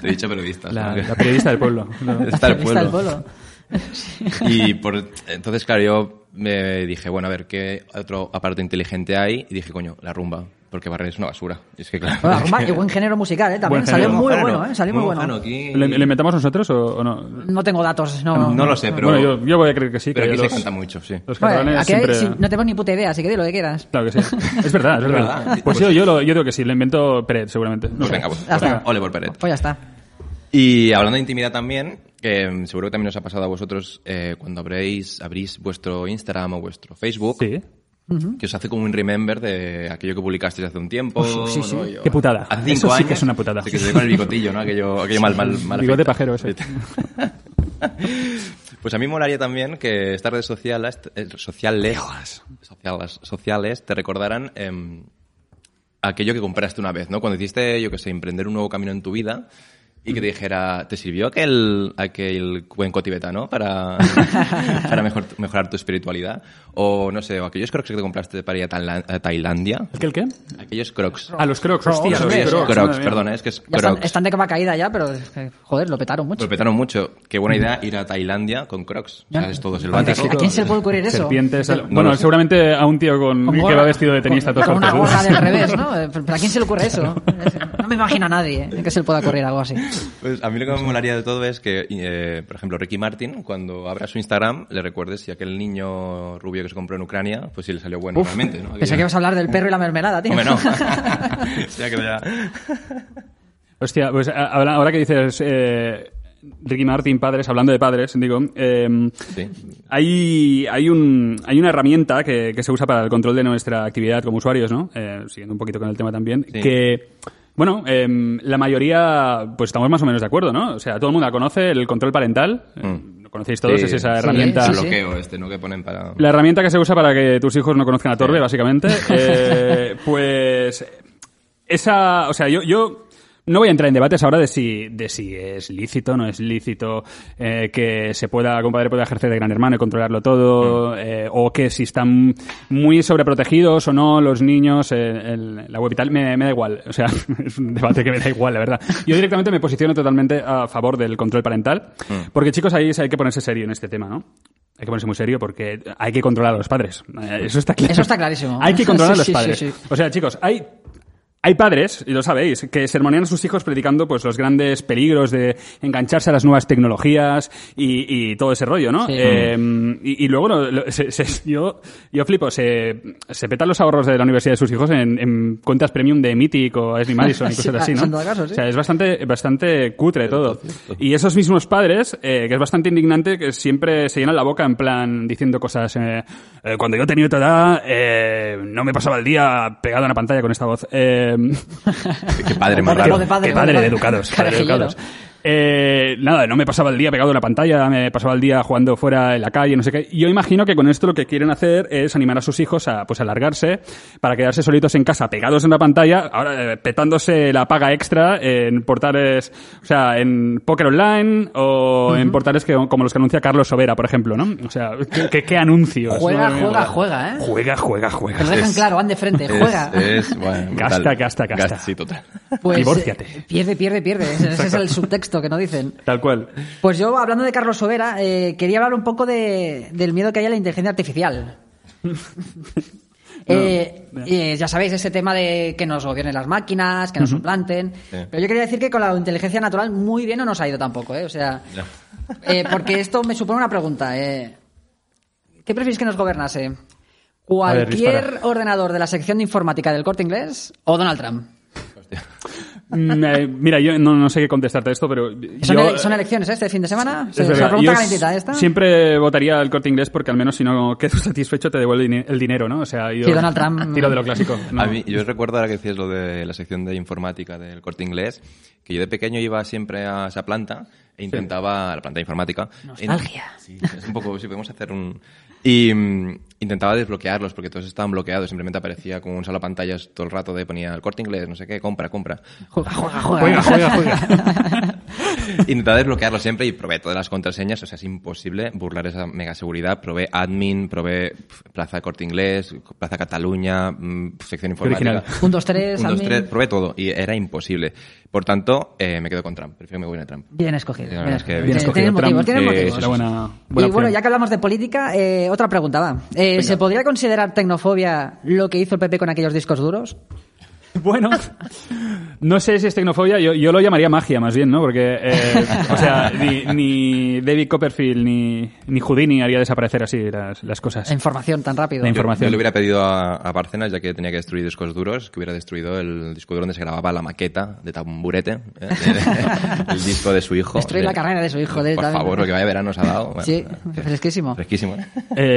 S4: te he dicho periodistas.
S2: La,
S4: ¿no?
S2: la periodista del pueblo. No.
S4: Está el
S3: Está el
S4: pueblo.
S3: pueblo.
S4: Y por, entonces, claro, yo me dije, bueno, a ver, ¿qué otro aparato inteligente hay? Y dije, coño, la rumba, porque barrer es una basura. Y es que, claro...
S3: Bueno, Armand, qué buen género musical, ¿eh? También
S2: Buen
S3: salió
S2: género.
S3: muy
S4: Mojano,
S3: bueno, ¿eh? Salió muy bueno.
S4: mojano Ah, aquí.
S2: ¿Le, le metamos nosotros o, o no?
S3: No tengo datos, no.
S4: No lo sé, Eh, pero,
S2: bueno, yo, yo voy a creer que sí.
S4: pero
S2: que
S4: aquí
S2: los,
S4: se canta mucho, sí.
S2: Los
S3: Vale,
S2: catalanes
S3: aquí hay-
S2: siempre...
S3: si- no tengo ni puta idea, así que di lo que quieras.
S2: Claro que sí. Es verdad, es verdad.
S4: verdad.
S2: Pues yo, yo, lo, yo digo que sí, lo invento Pérez, seguramente. No
S4: Pues
S2: sé.
S4: venga, pues,
S3: Ya
S4: pues
S3: está.
S4: venga, ole por Peret.
S3: Pues ya está.
S4: Y hablando de intimidad también, que mm, seguro que también os ha pasado a vosotros eh, cuando habréis, abrís vuestro Instagram o vuestro Facebook,
S2: Sí.
S4: que os hace como un remember de aquello que publicasteis hace un tiempo.
S2: sí, sí.
S4: ¿no? Yo-
S2: Qué putada.
S4: Hace cinco
S2: Eso sí que
S4: años,
S2: es una putada.
S4: sí, que se ve con el bigotillo, ¿no? Aquello, aquello mal, mal, mal.
S2: Bigote
S4: afecta.
S2: pajero ese.
S4: Pues a mí molaría también que estas redes sociales, eh, sociales, sociales, sociales te recordaran em, aquello que compraste una vez, ¿no? Cuando hiciste, yo que sé, emprender un nuevo camino en tu vida y que te dijera, ¿te sirvió aquel, aquel cuenco tibetano para, para mejor- mejorar tu espiritualidad? O no sé, o aquellos crocs que te compraste para ir a, Tailan- a Tailandia.
S2: ¿El qué? ¿El qué?
S4: Aquellos crocs.
S2: A los crocs, hostia,
S4: Crocs,
S2: los
S4: crocs,
S2: crocs. eh. madre mía.
S4: perdona, es que es
S3: Ya están,
S4: crocs.
S3: están de capa caída ya, pero es que, joder, lo petaron mucho.
S4: Lo petaron mucho. Qué buena idea ir a Tailandia con crocs.
S3: Yo-
S4: Haces todo
S3: ¿A
S4: selvático.
S3: quién se le puede ocurrir eso?
S2: Serpientes. al-
S4: No
S2: Bueno,
S4: lo sé.
S2: seguramente a un tío con,
S3: Con
S2: que
S3: gorra-
S2: va vestido de tenista a
S3: con,
S2: todas
S3: con una
S2: partes.
S3: gorra del revés, ¿no? Eh, ¿Pero a quién se le ocurre eso? No me imagino a nadie eh, que se le pueda ocurrir algo así.
S4: Pues a mí lo que me molaría de todo es que, eh, por ejemplo, Ricky Martin, cuando abra su Instagram, le recuerdes si aquel niño rubio que se compró en Ucrania, pues si le salió bueno realmente, ¿no?
S3: Pensé que ibas a hablar del perro y la mermelada, tío.
S4: Hombre, no. Ya que ya-
S2: Hostia, pues a- ahora, ahora que dices eh, Ricky Martin, padres, hablando de padres, digo, eh,
S4: Sí.
S2: hay, hay, un, hay una herramienta que, que se usa para el control de nuestra actividad como usuarios, ¿no? Eh, siguiendo un poquito con el tema también,
S4: Sí.
S2: que, bueno, eh, la mayoría, pues estamos más o menos de acuerdo, ¿no? O sea, todo el mundo la conoce, el control parental, eh,
S4: Mm.
S2: lo conocéis todos,
S4: Sí,
S2: es esa
S4: sí,
S2: herramienta...
S3: sí,
S4: El
S3: sí.
S4: bloqueo este, ¿no? Que ponen para...
S2: La herramienta que se usa para que tus hijos no conozcan a Torbe,
S4: Sí.
S2: básicamente. Eh, pues esa, o sea, yo, yo no voy a entrar en debates ahora de si, de si es lícito, no es lícito, eh, que se pueda, que un padre pueda ejercer de gran hermano y controlarlo todo, eh, o que si están muy sobreprotegidos o no los niños, eh, en la web y tal, me, me da igual. O sea, es un debate que me da igual, la verdad. Yo directamente me posiciono totalmente a favor del control parental, porque chicos, ahí hay que ponerse serio en este tema, ¿no? Hay que ponerse muy serio porque hay que controlar a los padres. Eh, Eso está claro.
S3: Eso está clarísimo.
S2: Hay que controlar a los
S3: Sí, sí,
S2: padres.
S3: sí, sí.
S2: O sea, chicos, hay hay padres, y lo sabéis, que sermonean a sus hijos predicando pues los grandes peligros de engancharse a las nuevas tecnologías y, y todo ese rollo, ¿no?
S3: Sí.
S2: Eh, y, y luego lo- lo- se- se- yo, yo flipo, se, se petan los ahorros de la universidad de sus hijos en, en cuentas premium de Mythic o Ashley Madison y
S3: Sí, ah,
S2: cosas así, ¿no?
S3: en todo caso, sí.
S2: O sea, es bastante, bastante cutre todo. Y esos mismos padres, eh, que es bastante indignante, que siempre se llenan la boca en plan diciendo cosas. eh, eh, cuando yo tenía tu edad, eh, no me pasaba el día pegado a una pantalla con esta voz. Eh,
S4: Qué padre más
S3: Modo-
S4: raro.
S3: modo de padre,
S2: qué
S3: modo
S2: padre de
S3: padre.
S2: educados. padre de
S3: Carajillero.
S2: educados. Eh, nada, no me pasaba el día pegado a la pantalla, me pasaba el día jugando fuera en la calle, no sé qué. Y Yo imagino que con esto lo que quieren hacer es animar a sus hijos a pues alargarse para quedarse solitos en casa, pegados en la pantalla, ahora eh, petándose la paga extra en portales, o sea, en póker online o en portales que, como los que anuncia Carlos Sobera, por ejemplo, ¿no? O sea, qué, qué- qué anuncios. ¿no?
S3: Juega, juega, juega, ¿eh?
S2: Juega, juega, juega.
S3: Que lo dejan
S4: Es-
S3: claro, van de frente,
S4: Es-
S3: juega.
S4: Es, bueno,
S2: Gasta,
S4: brutal.
S2: gasta, gasta.
S4: Sí, total.
S3: Pues,
S2: divórciate.
S3: eh, Pierde, pierde, pierde. Ese, ese es el subtexto que no dicen.
S2: Tal cual.
S3: Pues yo, hablando de Carlos Sobera, eh, quería hablar un poco de- del miedo que hay a la inteligencia artificial. Eh, eh, ya sabéis, ese tema de que nos gobiernen las máquinas, que nos suplanten. Pero yo quería decir que con la inteligencia natural muy bien no nos ha ido tampoco, ¿eh? O sea,
S4: Ya.
S3: eh, porque esto me supone una pregunta. eh. ¿Qué preferís que nos gobernase? ¿Cualquier
S2: dispara.
S3: ordenador de la sección de informática del corte inglés o Donald Trump?
S2: Mm, eh, mira, yo no, no sé qué contestarte a esto, pero.
S3: Son,
S2: yo-
S3: ele- son elecciones ¿eh? este fin de semana.
S2: Es
S3: Se- se
S2: verdad.
S3: la pregunta
S2: Yo
S3: calentita
S2: s-
S3: esta.
S2: Siempre votaría el corte inglés porque al menos si no quedo satisfecho te devuelve el dine- el dinero, ¿no? O sea, yo
S3: Sí, Donald Trump.
S2: tiro de lo clásico. ¿no?
S4: A mí, yo recuerdo ahora que decías lo de la sección de informática del corte inglés, que yo de pequeño iba siempre a esa planta e intentaba, la planta de informática. e in-
S3: Nostalgia.
S4: sí, es un poco, si podemos hacer un. Y mm, intentaba desbloquearlos porque todos estaban bloqueados, simplemente aparecía como un solo pantallas todo el rato de ponía el corte inglés, no sé qué, compra, compra.
S3: Juega, juega, juega.
S2: Juega, juega, juega.
S4: Intentaba desbloquearlo siempre y probé todas las contraseñas, o sea, es imposible burlar esa mega seguridad. Probé admin, probé pf, Plaza Corte Inglés, Plaza Cataluña, mm, sección informática.
S2: original.
S3: Un, dos, tres,
S4: Un, dos,
S3: admin.
S4: tres, probé todo y era imposible. Por tanto, eh, me quedo con Trump, prefiero me voy a Trump.
S3: Bien escogido.
S4: Sí, la
S3: bien
S4: verdad es que
S3: escogido.
S4: bien
S3: Tiene-
S4: escogido.
S3: tiene
S2: Trump,
S3: motivos, tiene
S4: eh,
S3: motivos.
S4: sí,
S2: Una buena, buena
S3: Y bueno,
S2: opción.
S3: ya que hablamos de política, eh, otra pregunta va. Eh, ¿Se podría considerar tecnofobia lo que hizo el PP con aquellos discos duros?
S2: Bueno, no sé si es tecnofobia, yo, yo lo llamaría magia más bien, ¿no? Porque, eh, o sea, ni, ni David Copperfield ni, ni Houdini haría desaparecer así las, las cosas.
S3: La información tan rápido.
S2: La
S4: Yo-
S2: Información.
S4: Yo, le hubiera pedido a, a Bárcenas, ya que tenía que destruir discos duros, que hubiera destruido el disco duro donde se grababa la maqueta de Tamburete, ¿eh? De- el disco de su hijo.
S3: Destruir la carrera de su hijo
S4: Por
S3: directamente.
S4: favor, lo que vaya verano nos ha dado. Bueno,
S3: Sí,
S4: eh,
S3: fresquísimo.
S4: Fresquísimo, ¿eh?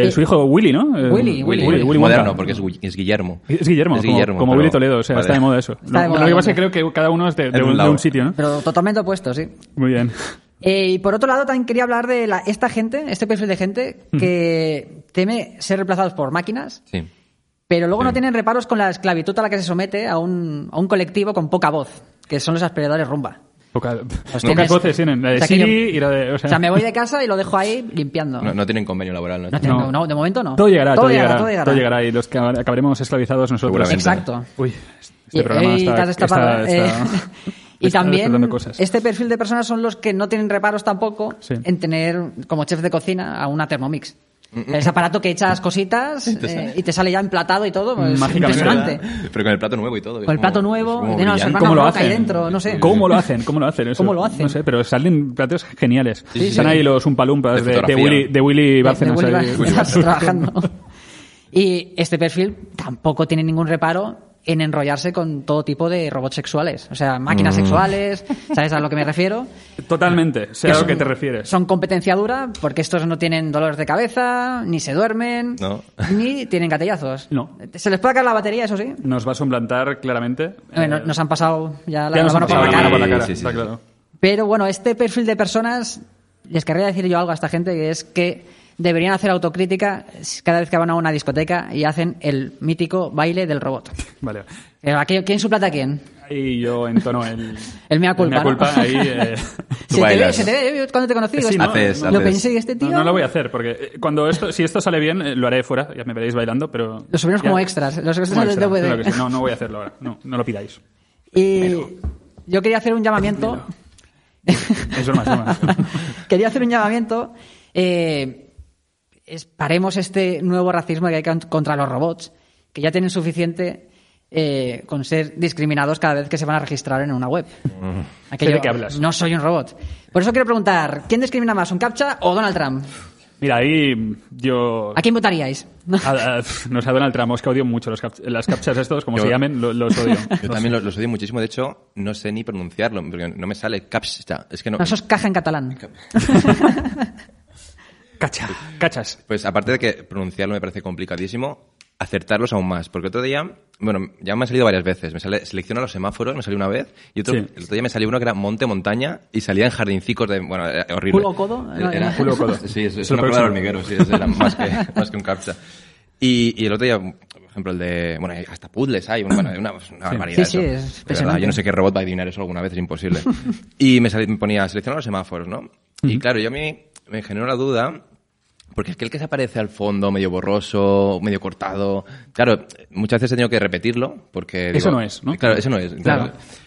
S2: Eh, su hijo Willy, ¿no? Eh,
S3: Willy,
S4: Willy,
S2: Willy,
S4: es
S2: Willy Wonka.
S4: moderno, porque es, Gu- es Guillermo.
S2: Es Guillermo, como- como,
S4: pero-
S2: Willy Toledo, o sea,
S4: Vale.
S2: está de moda eso.
S3: Está de
S2: Lo-
S3: moda,
S2: lo que pasa es que
S3: hombre.
S2: creo que cada uno es de, de
S4: En
S2: un,
S4: un
S2: de
S4: lado.
S2: un sitio, ¿no?
S3: Pero totalmente opuesto, sí.
S2: Muy bien.
S3: Eh, y por otro lado, también quería hablar de la- esta gente, este perfil de gente que teme ser reemplazados por máquinas,
S4: Sí.
S3: pero luego
S4: Sí.
S3: no tienen reparos con la esclavitud a la que se somete a un, a un colectivo con poca voz, que son los aspiradores rumba.
S2: Poca-
S3: tienes-
S2: pocas voces tienen. La de
S3: o sea, que
S2: Siri
S3: yo-
S2: y la de. O
S3: O
S2: sea,
S3: sea, me voy de casa y lo dejo ahí limpiando.
S4: No, no tienen convenio laboral, ¿no?
S3: No tengo-
S2: No.
S3: no, de momento no.
S2: Todo llegará, todo, llegará,
S3: todo llegará.
S2: todo llegará y los que acabaremos esclavizados nosotros.
S4: Seguramente.
S3: Exacto.
S2: Uy,
S3: Y-
S2: este programa
S3: y
S2: está,
S3: te has destapado,
S2: está- está-
S3: eh, y
S2: está despertando
S3: también
S2: cosas.
S3: este perfil de personas son los que no tienen reparos tampoco
S2: Sí.
S3: en tener como chef de cocina a una Thermomix. Ese aparato que echas cositas eh, y te sale ya emplatado y todo, pues, es
S2: Mágicamente.
S3: impresionante.
S4: Pero con el plato nuevo y todo. que
S3: Con el
S4: es como-
S3: plato nuevo,
S4: es como
S3: de no, se
S4: brillante.
S3: arranca
S2: ¿Cómo lo
S3: una roca
S2: hacen?
S3: ahí dentro, no sé.
S2: ¿Cómo lo hacen? ¿Cómo lo hacen? Eso,
S3: ¿Cómo lo hacen?
S2: No sé, pero salen platos geniales.
S4: Sí, sí,
S2: Están
S4: sí.
S2: ahí los umpalumpas
S4: De
S2: de, de
S4: fotografía.
S2: Willy, de Willy Bárcenas
S3: de- de
S2: ahí.
S3: Willy Bárcenas trabajando. Y este perfil tampoco tiene ningún reparo en enrollarse con todo tipo de robots sexuales, o sea, máquinas
S2: Mm.
S3: sexuales, ¿sabes a lo que me refiero?
S2: Totalmente, sé a lo
S3: son-
S2: que te refieres.
S3: Son competencia dura porque estos no tienen dolores de cabeza, ni se duermen,
S4: No.
S3: ni tienen gatellazos.
S2: No.
S3: Se les puede caer la batería, eso sí.
S2: Nos va a suplantar claramente.
S3: Bueno,
S2: Eh,
S3: nos han pasado ya la,
S2: ya nos
S3: la
S2: han
S3: mano por
S2: pasado
S3: la cara.
S4: mano
S2: por la cara,
S4: Sí, sí,
S2: está
S4: sí.
S2: claro.
S3: Pero bueno, este perfil de personas, les querría decir yo algo a esta gente, que es que deberían hacer autocrítica cada vez que van a una discoteca y hacen el mítico baile del robot.
S2: Vale.
S3: Eh, ¿a qué- ¿Quién suplata a quién?
S2: Ahí yo entono el...
S3: El mea culpa.
S2: mea culpa,
S3: ¿no?
S2: ahí, eh,
S3: se, te
S4: Tú
S3: ve,
S4: bailas.
S3: se te ve, yo cuando te conocí. digo,
S2: Sí,
S3: "Este-
S2: ¿no? Haces,
S3: Lo
S4: haces.
S3: pensé, este tío.
S2: No, no lo voy a hacer, porque eh, cuando esto, si esto sale bien, eh, lo haré fuera, ya me veréis bailando, pero...
S3: Los subimos
S2: ya-
S3: como extras, los extras
S2: como
S3: del
S2: extra,
S3: DVD.
S2: claro que sí. No, no voy a hacerlo ahora, no, no lo pidáis.
S3: Y yo quería hacer un llamamiento.
S2: Es broma, es broma.
S3: quería hacer un llamamiento. eh, es- paremos este nuevo racismo que hay con- contra los robots, que ya tienen suficiente eh, con ser discriminados cada vez que se van a registrar en una web.
S2: Sé Mm. de qué hablas.
S3: No soy un robot. Por eso quiero preguntar, ¿quién discrimina más, un captcha o Donald Trump?
S2: Mira, ahí yo...
S3: ¿A quién votaríais?
S2: A- a- nos ha Donald Trump, es que odio mucho los cap- las captchas estos, como
S4: Yo-
S2: se llamen, lo- los odio.
S4: Yo
S2: Los-
S4: también lo- los odio muchísimo. De hecho, no sé ni pronunciarlo, porque no me sale capsta. Es que no.
S3: No, eso es caja en catalán.
S2: Cacha, cachas.
S4: Pues aparte de que pronunciarlo me parece complicadísimo, acertarlos aún más. Porque otro día, bueno, ya me ha salido varias veces. Me sale, selecciona los semáforos, me salió una vez. Y otro,
S2: Sí.
S4: el otro día me salió uno que era monte, montaña, y salía en jardincicos de, bueno, era horrible.
S3: ¿Culo codo? No, era-
S2: Culo codo.
S4: Sí, es,
S2: Es
S4: es
S2: lo
S4: una prueba de
S2: próximo.
S4: hormiguero, sí, es- era más que, más que un captcha. Y, y el otro día, por ejemplo, el de, bueno, hay hasta puzzles hay, bueno, hay una, una barbaridad.
S3: Sí, sí,
S4: eso.
S3: es
S4: De verdad,
S3: impresionante.
S4: yo no sé qué robot va a adivinar eso alguna vez, es imposible. y me, salía- me ponía, selecciona los semáforos, ¿no? Y claro, yo a mí me generó la duda porque es que el que se aparece al fondo, medio borroso, medio cortado. Claro, muchas veces he tenido que repetirlo porque.
S2: Eso
S4: digo-
S2: no es, ¿no?
S4: Claro, eso no es.
S2: Claro.
S4: Claro.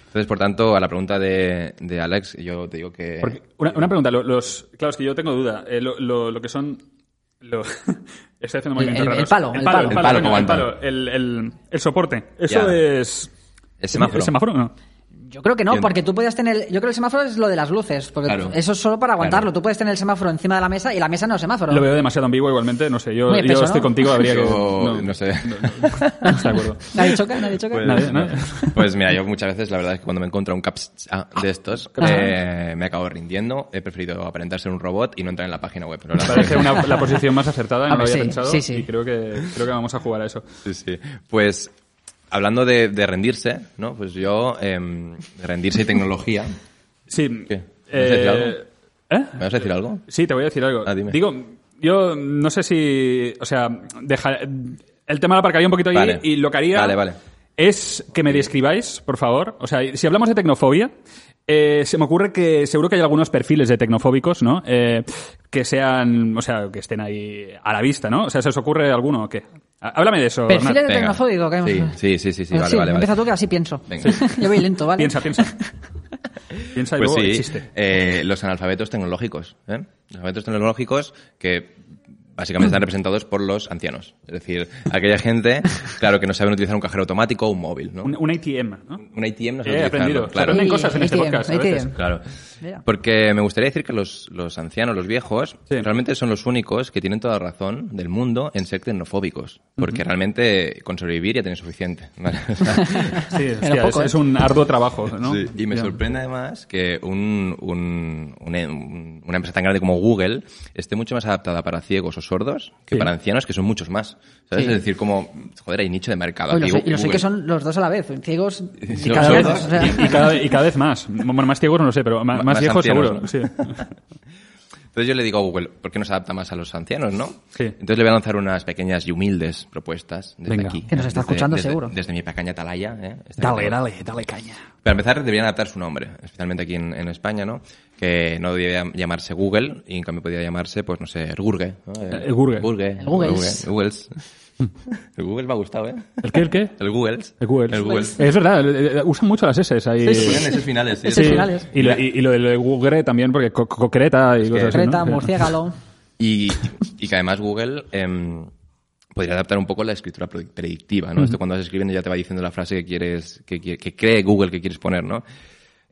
S4: Entonces, por tanto, a la pregunta de, de Alex, yo te digo que.
S2: Porque- una, una pregunta, lo- los, claro, es que yo tengo duda. Eh, lo, lo- lo que son... lo- estoy haciendo movimientos
S3: el- el
S2: raros.
S3: palo,
S2: el
S3: el
S2: palo,
S3: palo.
S2: el
S4: El palo,
S2: coño,
S4: como
S2: el,
S4: anda.
S2: palo, el- el- el soporte. Eso
S4: Ya.
S2: es...
S4: El semáforo.
S2: ¿El semáforo? No.
S3: Yo creo que no,
S4: Yo no.
S3: porque tú podías tener. Yo creo que el semáforo es lo de las luces, porque
S4: Claro.
S3: eso es solo para aguantarlo.
S4: Claro.
S3: Tú puedes tener el semáforo encima de la mesa y la mesa no es semáforo.
S2: Lo veo demasiado ambiguo igualmente, no sé. Yo,
S3: Muy espeso,
S2: yo estoy
S3: ¿no?
S2: contigo, habría que...
S4: Yo- no sé.
S2: no estoy de acuerdo.
S3: Nadie choca, nadie choca.
S4: Pues,
S2: Nadie, ¿no?
S4: pues mira, yo muchas veces la verdad es que cuando me encuentro un caps ah, de estos, eh, me acabo rindiendo. He preferido aparentar ser un robot y no entrar en la página web. Pero la
S2: Me parece una- la posición más acertada, no
S3: Ah,
S2: lo había
S3: sí,
S2: pensado.
S3: sí, sí.
S2: Y creo que, creo que vamos a jugar a eso.
S4: Sí, sí. Pues hablando de, de rendirse, ¿no? Pues yo, em, de rendirse y tecnología.
S2: Sí.
S4: ¿Qué? ¿Me vas a decir
S2: Eh, ¿Eh?
S4: ¿Me vas a decir algo?
S2: Sí, te voy a decir algo.
S4: Ah, dime.
S2: Digo, yo no sé si. O sea, deja, el tema lo aparcaría un poquito ahí
S4: Vale.
S2: y lo que haría
S4: Vale, vale.
S2: es que me describáis, por favor. O sea, si hablamos de tecnofobia, eh, se me ocurre que seguro que hay algunos perfiles de tecnofóbicos, ¿no? Eh, que sean, o sea, que estén ahí a la vista, ¿no? O sea, ¿se os ocurre alguno o qué? Há- Háblame de eso.
S3: Perfiles
S2: Hernán.
S3: de tecnofóbico, que-
S4: Sí, sí, sí, sí, sí,
S3: Ah,
S4: vale, vale,
S3: Empieza
S4: vale.
S3: tú que así pienso.
S4: Venga.
S3: yo voy lento, ¿vale?
S2: Piensa, piensa. piensa y
S4: Pues
S2: luego
S4: sí,
S2: existe.
S4: eh, los analfabetos tecnológicos. ¿eh? Los analfabetos tecnológicos que básicamente están representados por los ancianos. Es decir, aquella gente, claro, que no saben utilizar un cajero automático o un móvil, ¿no?
S2: Un, un ATM, ¿no?
S4: Un ATM no sabe
S2: Eh, he
S4: utilizarlo,
S2: aprendido. Se
S4: Claro.
S2: aprenden cosas en este
S3: ATM,
S2: podcast. a veces.
S3: ATM.
S4: Claro.
S3: Mira.
S4: Porque me gustaría decir que los, los ancianos, los viejos,
S2: Sí.
S4: realmente son los únicos que tienen toda razón del mundo en ser tecnofóbicos. Porque realmente con sobrevivir ya tienen suficiente. ¿vale? O sea,
S2: Sí, hostia,
S3: poco,
S2: es,
S3: ¿eh?
S2: es un arduo trabajo, ¿no?
S4: sí. Y me
S2: Ya.
S4: sorprende además que un, un- un- un- una empresa tan grande como Google esté mucho más adaptada para ciegos o sordos que
S2: Sí.
S4: para ancianos, que son muchos más. ¿Sabes?
S3: Sí.
S4: Es decir, como, joder, hay nicho de mercado.
S3: Oye, lo
S4: aquí,
S3: sé, y lo sé
S4: Google.
S3: que son los dos a la vez, ciegos y
S4: los
S3: cada vez.
S4: sordos
S3: o sea,
S2: Y cada, y cada vez más. Bueno, más ciegos no lo sé, pero más,
S4: Más
S2: más viejos seguro.
S4: ancianos,
S2: Sí.
S4: Entonces yo le digo a Google, ¿por qué no se adapta más a los ancianos, no?
S2: Sí.
S4: Entonces le voy a lanzar unas pequeñas y humildes propuestas desde
S2: Venga.
S4: aquí.
S3: Que nos está
S4: desde-
S3: escuchando
S4: desde-
S3: seguro.
S4: Desde mi pequeña atalaya. ¿eh? Esta que
S2: Dale,
S4: tengo.
S2: dale, dale caña.
S4: Para empezar, deberían adaptar su nombre, especialmente aquí en, en España, ¿no? Que no debía llamarse Google y en cambio podía llamarse, pues no sé, Ergurge. ¿no?
S2: Eh, Ergurge.
S4: Ergurge,
S3: El Googles.
S4: Ergurge, Googles. El Google me ha gustado, ¿eh?
S2: ¿El qué, el qué?
S4: El Googles.
S2: El Google.
S4: El Googles.
S2: Es verdad, eh, eh, usan mucho las S ahí.
S3: Sí,
S4: Ponen esos finales. sí,
S3: Esos
S4: eso.
S3: finales.
S2: Y lo, y, y lo del Google también, porque co- co- concreta y cosas así. ¿no?
S3: Creta,
S2: Sí.
S3: murciégalo.
S4: Y, y que además Google em, podría adaptar un poco la escritura predi- predictiva, ¿no? Esto cuando vas escribiendo ya te va diciendo la frase que quieres, que, qui- que cree Google que quieres poner, ¿no?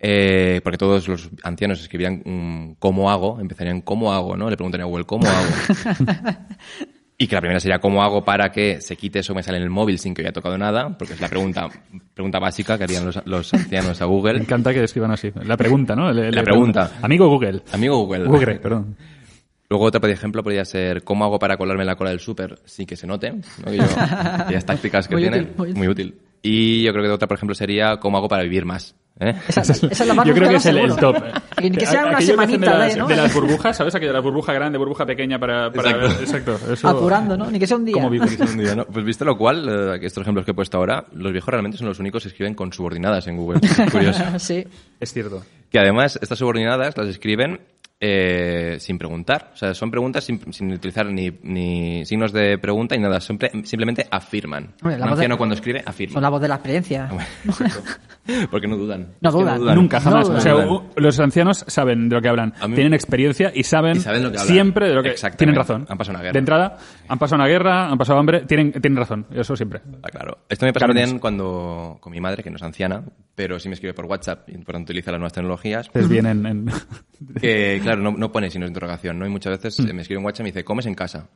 S4: Eh, porque todos los ancianos escribirían mm, cómo hago, empezarían cómo hago, ¿no? Le preguntarían a Google cómo hago. y que la primera sería cómo hago para que se quite eso que me sale en el móvil sin que haya tocado nada, porque es la pregunta, pregunta básica que harían los, los ancianos a
S2: Me
S4: Google.
S2: encanta que escriban así. La pregunta, ¿no? Le- le
S4: pregunta.
S2: preguntan, Amigo Google.
S4: Amigo Google.
S2: Google, perdón.
S4: Luego otra, por ejemplo, podría ser cómo hago para colarme en la cola del súper sin que se note. ¿no? Que yo- aquellas tácticas que
S3: Muy
S4: tiene.
S3: útil, muy útil.
S4: muy útil. Y yo creo que otra, por ejemplo, sería cómo hago para vivir más. ¿eh?
S3: Esa, esa es la más
S2: Yo creo que
S3: buscada
S2: es el, el
S3: seguro.
S2: top.
S3: Que, que
S2: Aquello
S3: sea una
S2: que hacen
S3: semanita,
S2: de,
S3: de,
S2: las,
S3: ¿no?
S2: de las burbujas, ¿sabes? Aquello de la burbuja grande, burbuja pequeña para... para
S4: Exacto.
S2: exacto, eso-
S3: Apurando, ¿no? Ni que sea un día.
S2: Como vivo.
S4: Un día, ¿no? Pues visto lo cual, eh, que estos ejemplos que he puesto ahora, los viejos realmente son los únicos que escriben con subordinadas en Google. Curioso.
S3: sí.
S2: Es cierto.
S4: Que además estas subordinadas las escriben eh, sin preguntar. O sea, son preguntas sin, sin utilizar ni, ni signos de pregunta ni nada. Siempre- simplemente afirman.
S3: Hombre, la
S4: Un
S3: voz de-
S4: anciano cuando escribe, afirma.
S3: Son la voz de la experiencia.
S4: Porque no dudan.
S3: No
S4: Es que
S3: dudan.
S2: Nunca,
S3: No,
S2: jamás.
S3: no,
S2: o sea,
S4: no.
S2: u- los ancianos saben de lo que hablan.
S4: A mí-
S2: Tienen experiencia y saben,
S4: Y saben lo que hablan.
S2: siempre de lo que...
S4: Exactamente.
S2: Tienen razón.
S4: Han pasado una guerra.
S2: De entrada, han pasado una guerra, han pasado hambre. Tienen, tienen razón. Eso siempre.
S4: Ah, claro. Esto me pasa
S2: Cabrones.
S4: también cuando con mi madre, que no es anciana, pero sí me escribe por WhatsApp y por tanto utiliza las nuevas tecnologías.
S2: Ustedes vienen en...
S4: Que, claro, no, no pone signos de interrogación, ¿no? Y muchas veces
S2: Mm.
S4: eh, me escribe en WhatsApp y me dice, ¿comes en casa?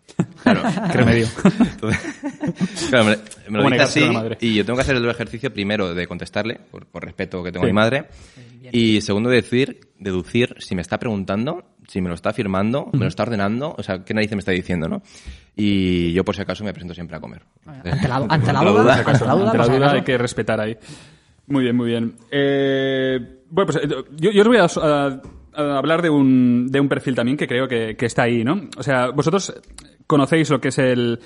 S4: Claro.
S2: ¿Qué remedio?
S4: Entonces, claro, me, me lo
S2: Como
S4: dice
S2: negarse a
S4: así
S2: la madre.
S4: y yo tengo que hacer el ejercicio primero de contestarle, por, por respeto que tengo
S2: Sí.
S4: a mi madre, y segundo de decir, deducir si me está preguntando, si me lo está afirmando, me lo está ordenando, o sea, qué narices me está diciendo, ¿no? Y yo, por si acaso, me presento siempre a comer.
S3: Ante la, ante la
S4: la
S3: duda,
S4: duda.
S3: ante la duda,
S2: Ante la
S3: pues,
S2: duda
S3: acaso.
S2: hay que respetar ahí. Muy bien, muy bien. Eh, bueno, pues eh, yo, yo os voy a, a- a hablar de un, de un perfil también que creo que, que está ahí, ¿no? O sea, vosotros conocéis lo que es el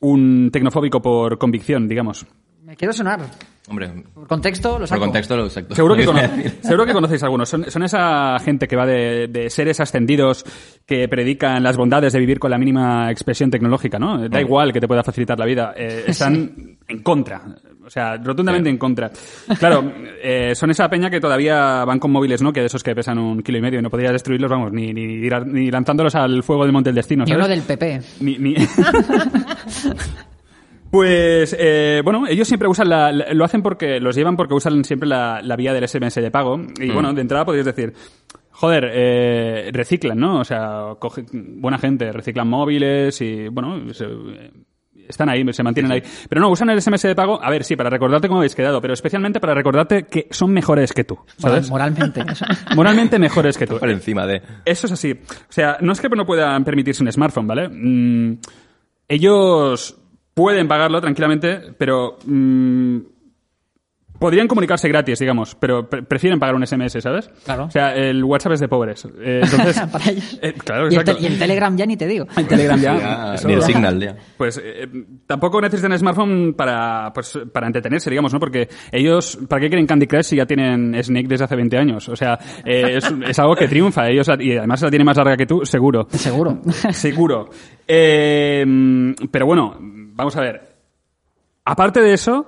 S2: un tecnofóbico por convicción, digamos.
S3: Me quiero sonar.
S4: Hombre,
S3: Por contexto, lo
S4: Por
S3: saco.
S4: contexto, lo exacto.
S2: Seguro que, cono- seguro que conocéis algunos. Son, son esa gente que va de, de seres ascendidos que predican las bondades de vivir con la mínima expresión tecnológica, ¿no? Da igual que te pueda facilitar la vida. eh, están en contra. O sea, rotundamente en contra. Claro, eh, son esa peña que todavía van con móviles, ¿no? Que de esos que pesan un kilo y medio y no podrías destruirlos, vamos, ni, ni, ni la- ni lanzándolos al fuego del Monte del Destino.
S3: Ni
S2: ¿sabes?
S3: uno del PP.
S2: Ni- ni- pues, eh, bueno, ellos siempre usan la, la- lo hacen porque, los llevan porque usan siempre la, la vía del SMS de pago. Y bueno, de entrada podrías decir, joder, eh, reciclan, ¿no? O sea, coge- buena gente, reciclan móviles y, bueno, se- eh, están ahí, se mantienen ahí. Pero no, usan el SMS de pago, a ver, sí, para recordarte cómo habéis quedado, pero especialmente para recordarte que son mejores que tú,
S3: Moral-
S2: ¿sabes?
S3: moralmente. eso.
S2: Moralmente mejores que tú.
S4: por encima de...
S2: Eso es así. O sea, no es que no puedan permitirse un smartphone, ¿vale? Mm, ellos pueden pagarlo tranquilamente, pero mm, podrían comunicarse gratis, digamos, pero pre- prefieren pagar un SMS, ¿sabes?
S3: Claro.
S2: O sea, el WhatsApp es de pobres. Eh, entonces,
S3: Para ellos.
S2: Eh, claro,
S3: y, el te-
S2: exacto.
S3: y el Telegram ya ni te digo.
S2: El Telegram ya.
S4: Ya,
S2: Ah, eso-
S4: ni el Signal, ya.
S2: pues eh, tampoco necesitan smartphone para, pues, para entretenerse, digamos, ¿no? Porque ellos, ¿para qué quieren Candy Crush si ya tienen Snake desde hace 20 años? O sea, eh, es, es algo que triunfa. Ellos, la- y además la tienen más larga que tú, seguro.
S3: Seguro.
S2: Seguro. Eh, pero bueno, vamos a ver. Aparte de eso,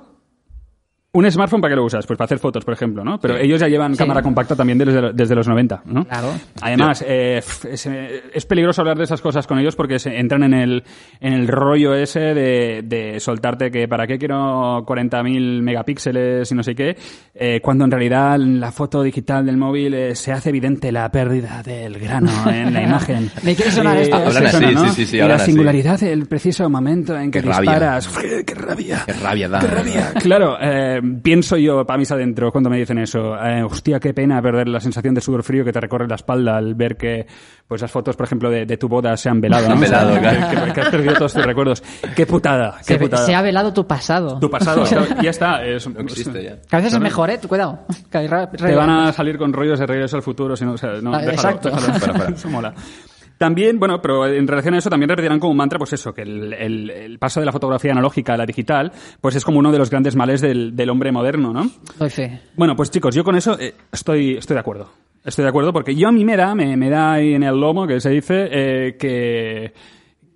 S2: un smartphone, ¿para qué lo usas? Pues para hacer fotos, por ejemplo, ¿no? Pero
S4: Sí.
S2: ellos ya llevan
S3: Sí.
S2: cámara compacta también desde, desde los 90, ¿no?
S3: Claro.
S2: Además, eh, f- es, eh, es peligroso hablar de esas cosas con ellos porque se entran en el, en el rollo ese de, de soltarte que para qué quiero 40.000 megapíxeles y no sé qué, eh, cuando en realidad en la foto digital del móvil eh, se hace evidente la pérdida del grano en la imagen.
S3: Me quiere sonar esto,
S4: Eh, Hablan así,
S2: ¿eh? suena, ¿no?
S4: sí, sí, sí,
S2: Y
S4: hablan
S2: la
S4: así.
S2: singularidad, el preciso momento en que
S4: Qué rabia.
S2: disparas. ¡Qué rabia!
S4: Qué rabia da. ¿verdad?
S2: Claro, eh, pienso yo para mis adentro cuando me dicen eso. Eh, hostia, qué pena perder la sensación de sudor frío que te recorre la espalda al ver que pues las fotos, por ejemplo, de, de tu boda se han velado.
S4: Se han
S2: ¿no? O sea,
S4: velado,
S2: que-
S4: claro.
S2: que, que has perdido todos tus recuerdos. Qué putada, qué
S3: Se,
S2: putada.
S3: se ha velado tu pasado.
S2: Tu pasado, o sea, ya está. es-
S4: No existe ya.
S3: Que a veces es
S2: Claro.
S3: mejor, ¿eh? Tú Cuidado. Que hay ra-
S2: Te van a salir con rollos de regreso al futuro, si no, o sea, no,
S3: Ah,
S2: déjalo,
S3: exacto.
S2: déjalo,
S4: Fuera, fuera.
S2: Eso mola. También, bueno, pero en relación a eso también repetirán como mantra, pues eso, que el, el- el paso de la fotografía analógica a la digital, pues es como uno de los grandes males del, del hombre moderno, ¿no?
S3: Doy fe.
S2: Bueno, pues chicos, yo con eso eh, estoy, estoy de acuerdo. Estoy de acuerdo porque yo a mí me da, me, me da ahí en el lomo, que se dice, eh, que,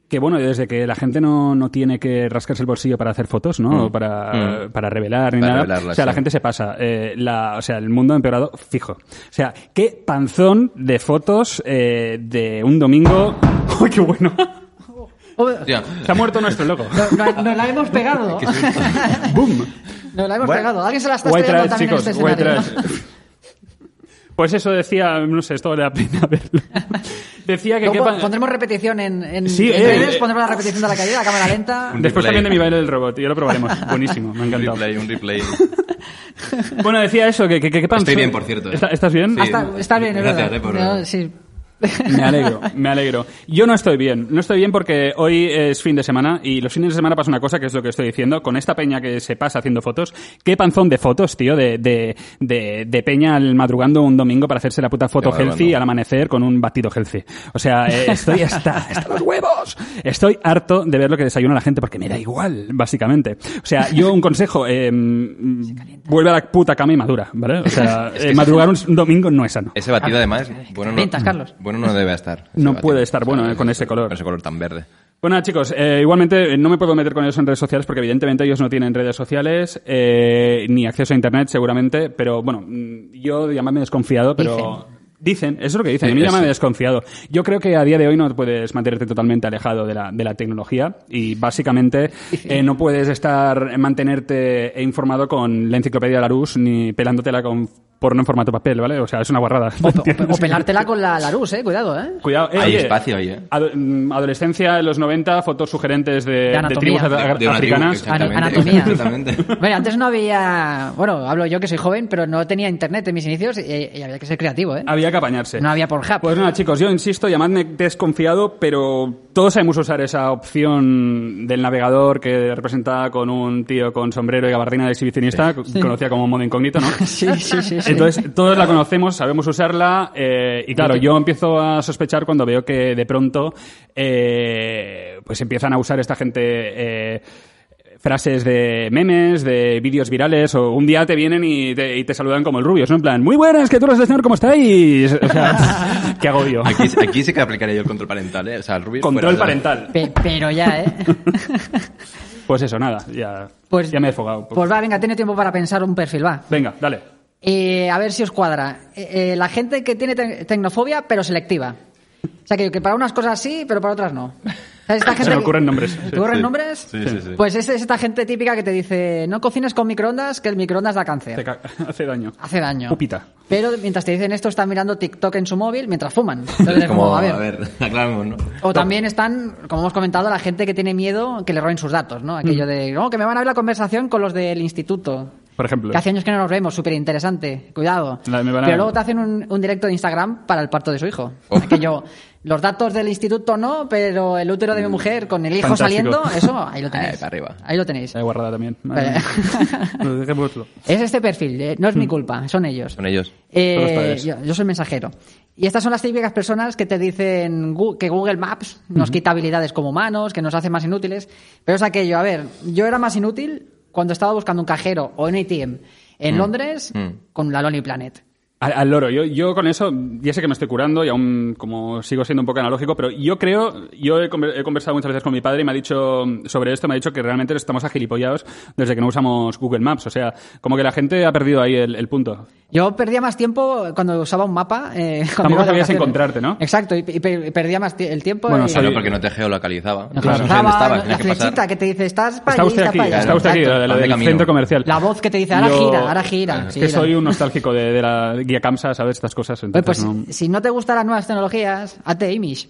S2: que bueno, desde que la gente no, no tiene que rascarse el bolsillo para hacer fotos, ¿no?
S4: Mm.
S2: O Para, para revelar ni
S4: Para
S2: nada.
S4: revelarlas,
S2: o sea, la
S4: sí.
S2: gente se pasa. Eh, la, o sea, el mundo ha empeorado fijo. O sea, qué panzón de fotos eh, de un domingo. ¡Uy, qué bueno!
S3: Oh,
S4: Hostia.
S2: Se ha muerto nuestro loco.
S3: no- no- nos la hemos pegado.
S2: ¡Boom!
S3: Nos la hemos
S4: Bueno.
S3: pegado. Alguien se la está
S2: White
S3: estrellando
S2: trash,
S3: también en
S2: chicos,
S3: este
S2: white
S3: escenario. ¿no?
S2: trash. Pues eso decía, no sé, esto vale la pena verlo. Decía que...
S3: Luego
S2: qué pa-
S3: pondremos repetición en, en,
S2: Sí,
S3: en
S2: eh,
S3: redes,
S2: eh.
S3: pondremos la repetición de la caída, la cámara lenta.
S4: Un
S2: Después
S4: replay.
S2: también de mi baile del robot, ya lo probaremos. Buenísimo, me ha
S4: Un
S2: encantado.
S4: replay, un replay.
S2: Bueno, decía eso, que, que, que- que pan-
S4: Estoy bien, por cierto, eh.
S2: ¿Está- ¿Estás bien?
S4: Sí.
S3: Hasta- está bien, es
S4: Gracias,
S3: verdad.
S4: eh, por-
S3: No, sí.
S2: Me alegro, me alegro. Yo no estoy bien, no estoy bien porque hoy es fin de semana y los fines de semana pasa una cosa que es lo que estoy diciendo, con esta peña que se pasa haciendo fotos, qué panzón de fotos, tío, de, de, de, de peña al madrugando un domingo para hacerse la puta foto
S4: madrugando.
S2: healthy al amanecer con un batido healthy. O sea, eh, estoy hasta, hasta los huevos. Estoy harto de ver lo que desayuna la gente porque me da igual, básicamente. O sea, yo un consejo, eh, mm, vuelve a la puta cama y madura, ¿vale? O sea, eh, madrugar un s- un domingo no es sano.
S4: Ese batido, además, bueno no,
S3: Pintas, Carlos.
S4: bueno no debe estar. Ese
S2: No
S4: batido.
S2: puede estar bueno, eh, con ese color.
S4: Con ese color tan verde.
S2: Bueno, nada, chicos, eh, igualmente eh, no me puedo meter con ellos en redes sociales porque evidentemente ellos no tienen redes sociales eh, ni acceso a internet seguramente, pero bueno, mm, yo llamarme desconfiado, pero... Dicen, eso es lo que dicen, a mí
S4: Sí,
S2: llámame
S4: eso.
S2: desconfiado. Yo creo que a día de hoy no puedes mantenerte totalmente alejado de la, de la tecnología y básicamente eh, no puedes estar, mantenerte informado con la enciclopedia de Larousse ni pelándotela con porno en formato papel, ¿vale? O sea, es una guarrada.
S3: O, o- o pelártela con la, la luz, eh. Cuidado, eh.
S2: Cuidado, eh,
S4: Hay
S2: oye,
S4: espacio ahí, ¿eh?
S2: ado- mm, adolescencia en los 90, fotos sugerentes de, de
S3: anatomía.
S2: tribus
S3: De-
S2: a-
S4: De una tribu,
S2: africanas.
S4: exactamente,
S3: Anatomía.
S4: exactamente.
S3: Bueno, antes no había. Bueno, hablo yo que soy joven, pero no tenía internet en mis inicios y, y había que ser creativo, ¿eh?
S2: Había que apañarse.
S3: No había Pornhub.
S2: Pues nada, chicos, yo insisto, llamadme desconfiado, pero todos sabemos usar esa opción del navegador que representaba con un tío con sombrero y gabardina de exhibicionista, co- conocida como modo incógnito, ¿no?
S3: Sí, sí, sí. sí.
S2: Entonces, todos la conocemos, sabemos usarla, eh, y claro, yo empiezo a sospechar cuando veo que de pronto, eh, pues empiezan a usar esta gente, eh, frases de memes, de vídeos virales, o un día te vienen y te, y te saludan como el Rubius, ¿no? En plan, muy buenas, que tú eres el señor, ¿cómo estáis? O sea, ¿qué hago yo?
S4: Aquí, aquí sí que aplicaría yo el control parental, ¿eh? O sea, el rubio
S2: Control
S4: fuera, ¿no?
S2: parental.
S3: Pe- pero ya, ¿eh?
S2: Pues eso, nada, ya,
S3: Pues-
S2: ya me he desfogado.
S3: Pues va, venga, tiene tiempo para pensar un perfil, va.
S2: Venga, dale.
S3: Eh, a ver si os cuadra. Eh, eh, la gente que tiene te- tecnofobia, pero selectiva. O sea, que, que para unas cosas sí, pero para otras no. ¿Sabes? Esta
S2: Se me ocurren nombres.
S3: ¿Te ocurren
S4: Sí.
S3: nombres?
S4: Sí, sí, sí.
S3: Pues es, es esta gente típica que te dice, no cocines con microondas, que el microondas da
S2: Hace
S3: cáncer.
S2: ca- Hace daño.
S3: Hace daño.
S2: Pupita.
S3: Pero mientras te dicen esto, están mirando TikTok en su móvil mientras fuman. Entonces,
S4: Es como,
S3: como,
S4: a ver, aclaramos, ¿no?
S3: o también están, como hemos comentado, la gente que tiene miedo que le roben sus datos, ¿no? Aquello de, no, que me van a ver la conversación con los del instituto.
S2: Por ejemplo.
S3: Que hace años que no nos vemos, súper interesante, cuidado.
S2: La- me van a-
S3: Pero luego te hacen un, un directo de Instagram para el parto de su hijo. Aquello, los datos del instituto no, pero el útero de mi mujer con el hijo
S2: Fantástico.
S3: saliendo, eso, ahí lo tenéis.
S4: Ahí, para arriba.
S3: Ahí lo tenéis.
S2: Esa guarrada también.
S3: Vale.
S2: Lo dejémoslo.
S3: Es este perfil, eh, no es mi culpa, son ellos.
S4: Hmm. Son ellos.
S3: Eh,
S2: Son los padres.
S3: yo, yo soy mensajero. Y estas son las típicas personas que te dicen gu- que Google Maps nos quita habilidades como humanos, que nos hace más inútiles. Pero es aquello, a ver, yo era más inútil cuando estaba buscando un cajero o un ATM en Londres
S4: Mm.
S3: con la Lonely Planet.
S2: Al, al loro, yo, yo con eso, ya sé que me estoy curando y aún como sigo siendo un poco analógico, pero yo creo, yo he, conver- he conversado muchas veces con mi padre y me ha dicho sobre esto, me ha dicho que realmente estamos agilipollados desde que no usamos Google Maps, o sea, como que la gente ha perdido ahí el, el punto.
S3: Yo perdía más tiempo cuando usaba un mapa. eh, cuando
S2: Tampoco
S3: iba
S2: sabías
S3: de vacaciones.
S2: encontrarte, ¿no?
S3: Exacto, y, y per- perdía más ti- el tiempo.
S2: Bueno,
S3: y-
S2: soy-
S4: Claro, porque no te geolocalizaba.
S3: Nos
S4: Claro.
S3: lanzaba
S4: ¿Dónde estabas?
S3: la
S4: Tenías que
S3: flechita
S4: pasar.
S3: que te dice, estás para
S2: Está
S3: allí,
S2: usted
S3: estás
S2: aquí,
S3: para allá.
S2: está usted aquí,
S3: Exacto.
S2: la, la
S4: Van de
S2: del
S4: camino.
S2: centro comercial.
S3: La voz que te dice, ahora
S2: Yo-
S3: gira, ahora gira.
S2: Es
S3: sí,
S2: que
S3: la-
S2: soy un nostálgico de, de la guía Kamsa, ¿sabes? Estas cosas.
S3: Oye,
S2: Entonces,
S3: pues
S2: no-
S3: si no te gustan las nuevas tecnologías, hazte Amish.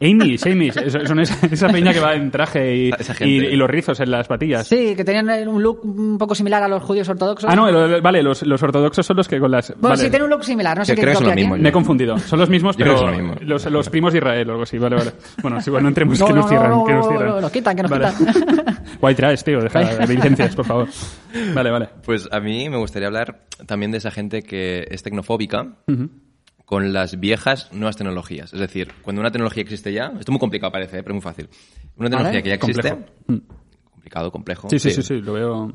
S2: Amish, Amish, es- son esa, esa peña que va en traje y,
S4: Esa
S2: y,
S4: gente.
S2: y los rizos en las patillas.
S3: Sí, que tenían un look un poco similar a los judíos ortodoxos.
S2: Ah, no, lo- vale, los, los ortodoxos son los que con las...
S3: Bueno,
S2: vale.
S3: sí, tienen un look similar, no sé
S4: Yo
S3: qué
S4: creo que son
S3: toque
S4: lo mismo,
S3: aquí.
S2: Me he confundido. Son los mismos,
S4: Yo creo
S2: pero
S4: que son los mismos.
S2: los, los primos de Israel o algo así. Vale, vale. Bueno, si bueno, no entremos,
S3: No,
S2: que
S3: no,
S2: nos
S3: no,
S2: cierran,
S3: no,
S2: que nos
S3: no,
S2: cierran.
S3: no, nos quitan, que nos quitan.
S2: Guay, traes, tío, deja de licencias, por favor. Vale, vale.
S4: Pues a mí me gustaría hablar también de esa gente que es tecnofóbica, con las viejas nuevas tecnologías. Es decir, cuando una tecnología existe ya, esto es muy complicado parece, ¿eh? pero es muy fácil. Una tecnología que ya existe,
S2: Complejo. Mm.
S4: complicado, complejo.
S2: Sí, sí, sí, sí, lo veo.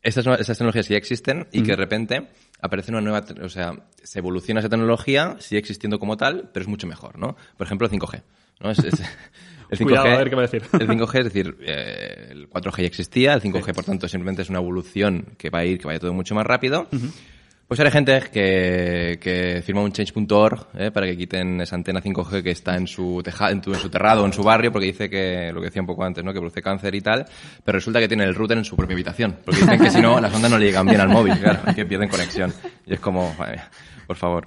S4: Estas, nue- estas tecnologías sí existen y que de repente aparece una nueva, te- o sea, se evoluciona esa tecnología, sigue existiendo como tal, pero es mucho mejor, ¿no? Por ejemplo, el 5G. ¿no? Es- es- el 5G,
S2: Cuidado, a ver qué va a decir.
S4: El 5G, es decir, eh, el 4G ya existía, el 5G, por tanto, simplemente es una evolución que va a ir, que vaya todo mucho más rápido. Pues hay gente que, que firma un change.org ¿eh? para que quiten esa antena 5G que está en su, teja- en, tu- en su terrado, en su barrio, porque dice que, lo que decía un poco antes, ¿no? que produce cáncer y tal, pero resulta que tiene el router en su propia habitación, porque dicen que si no, las ondas no le llegan bien al móvil, claro, y que pierden conexión. Y es como, madre mía, por favor.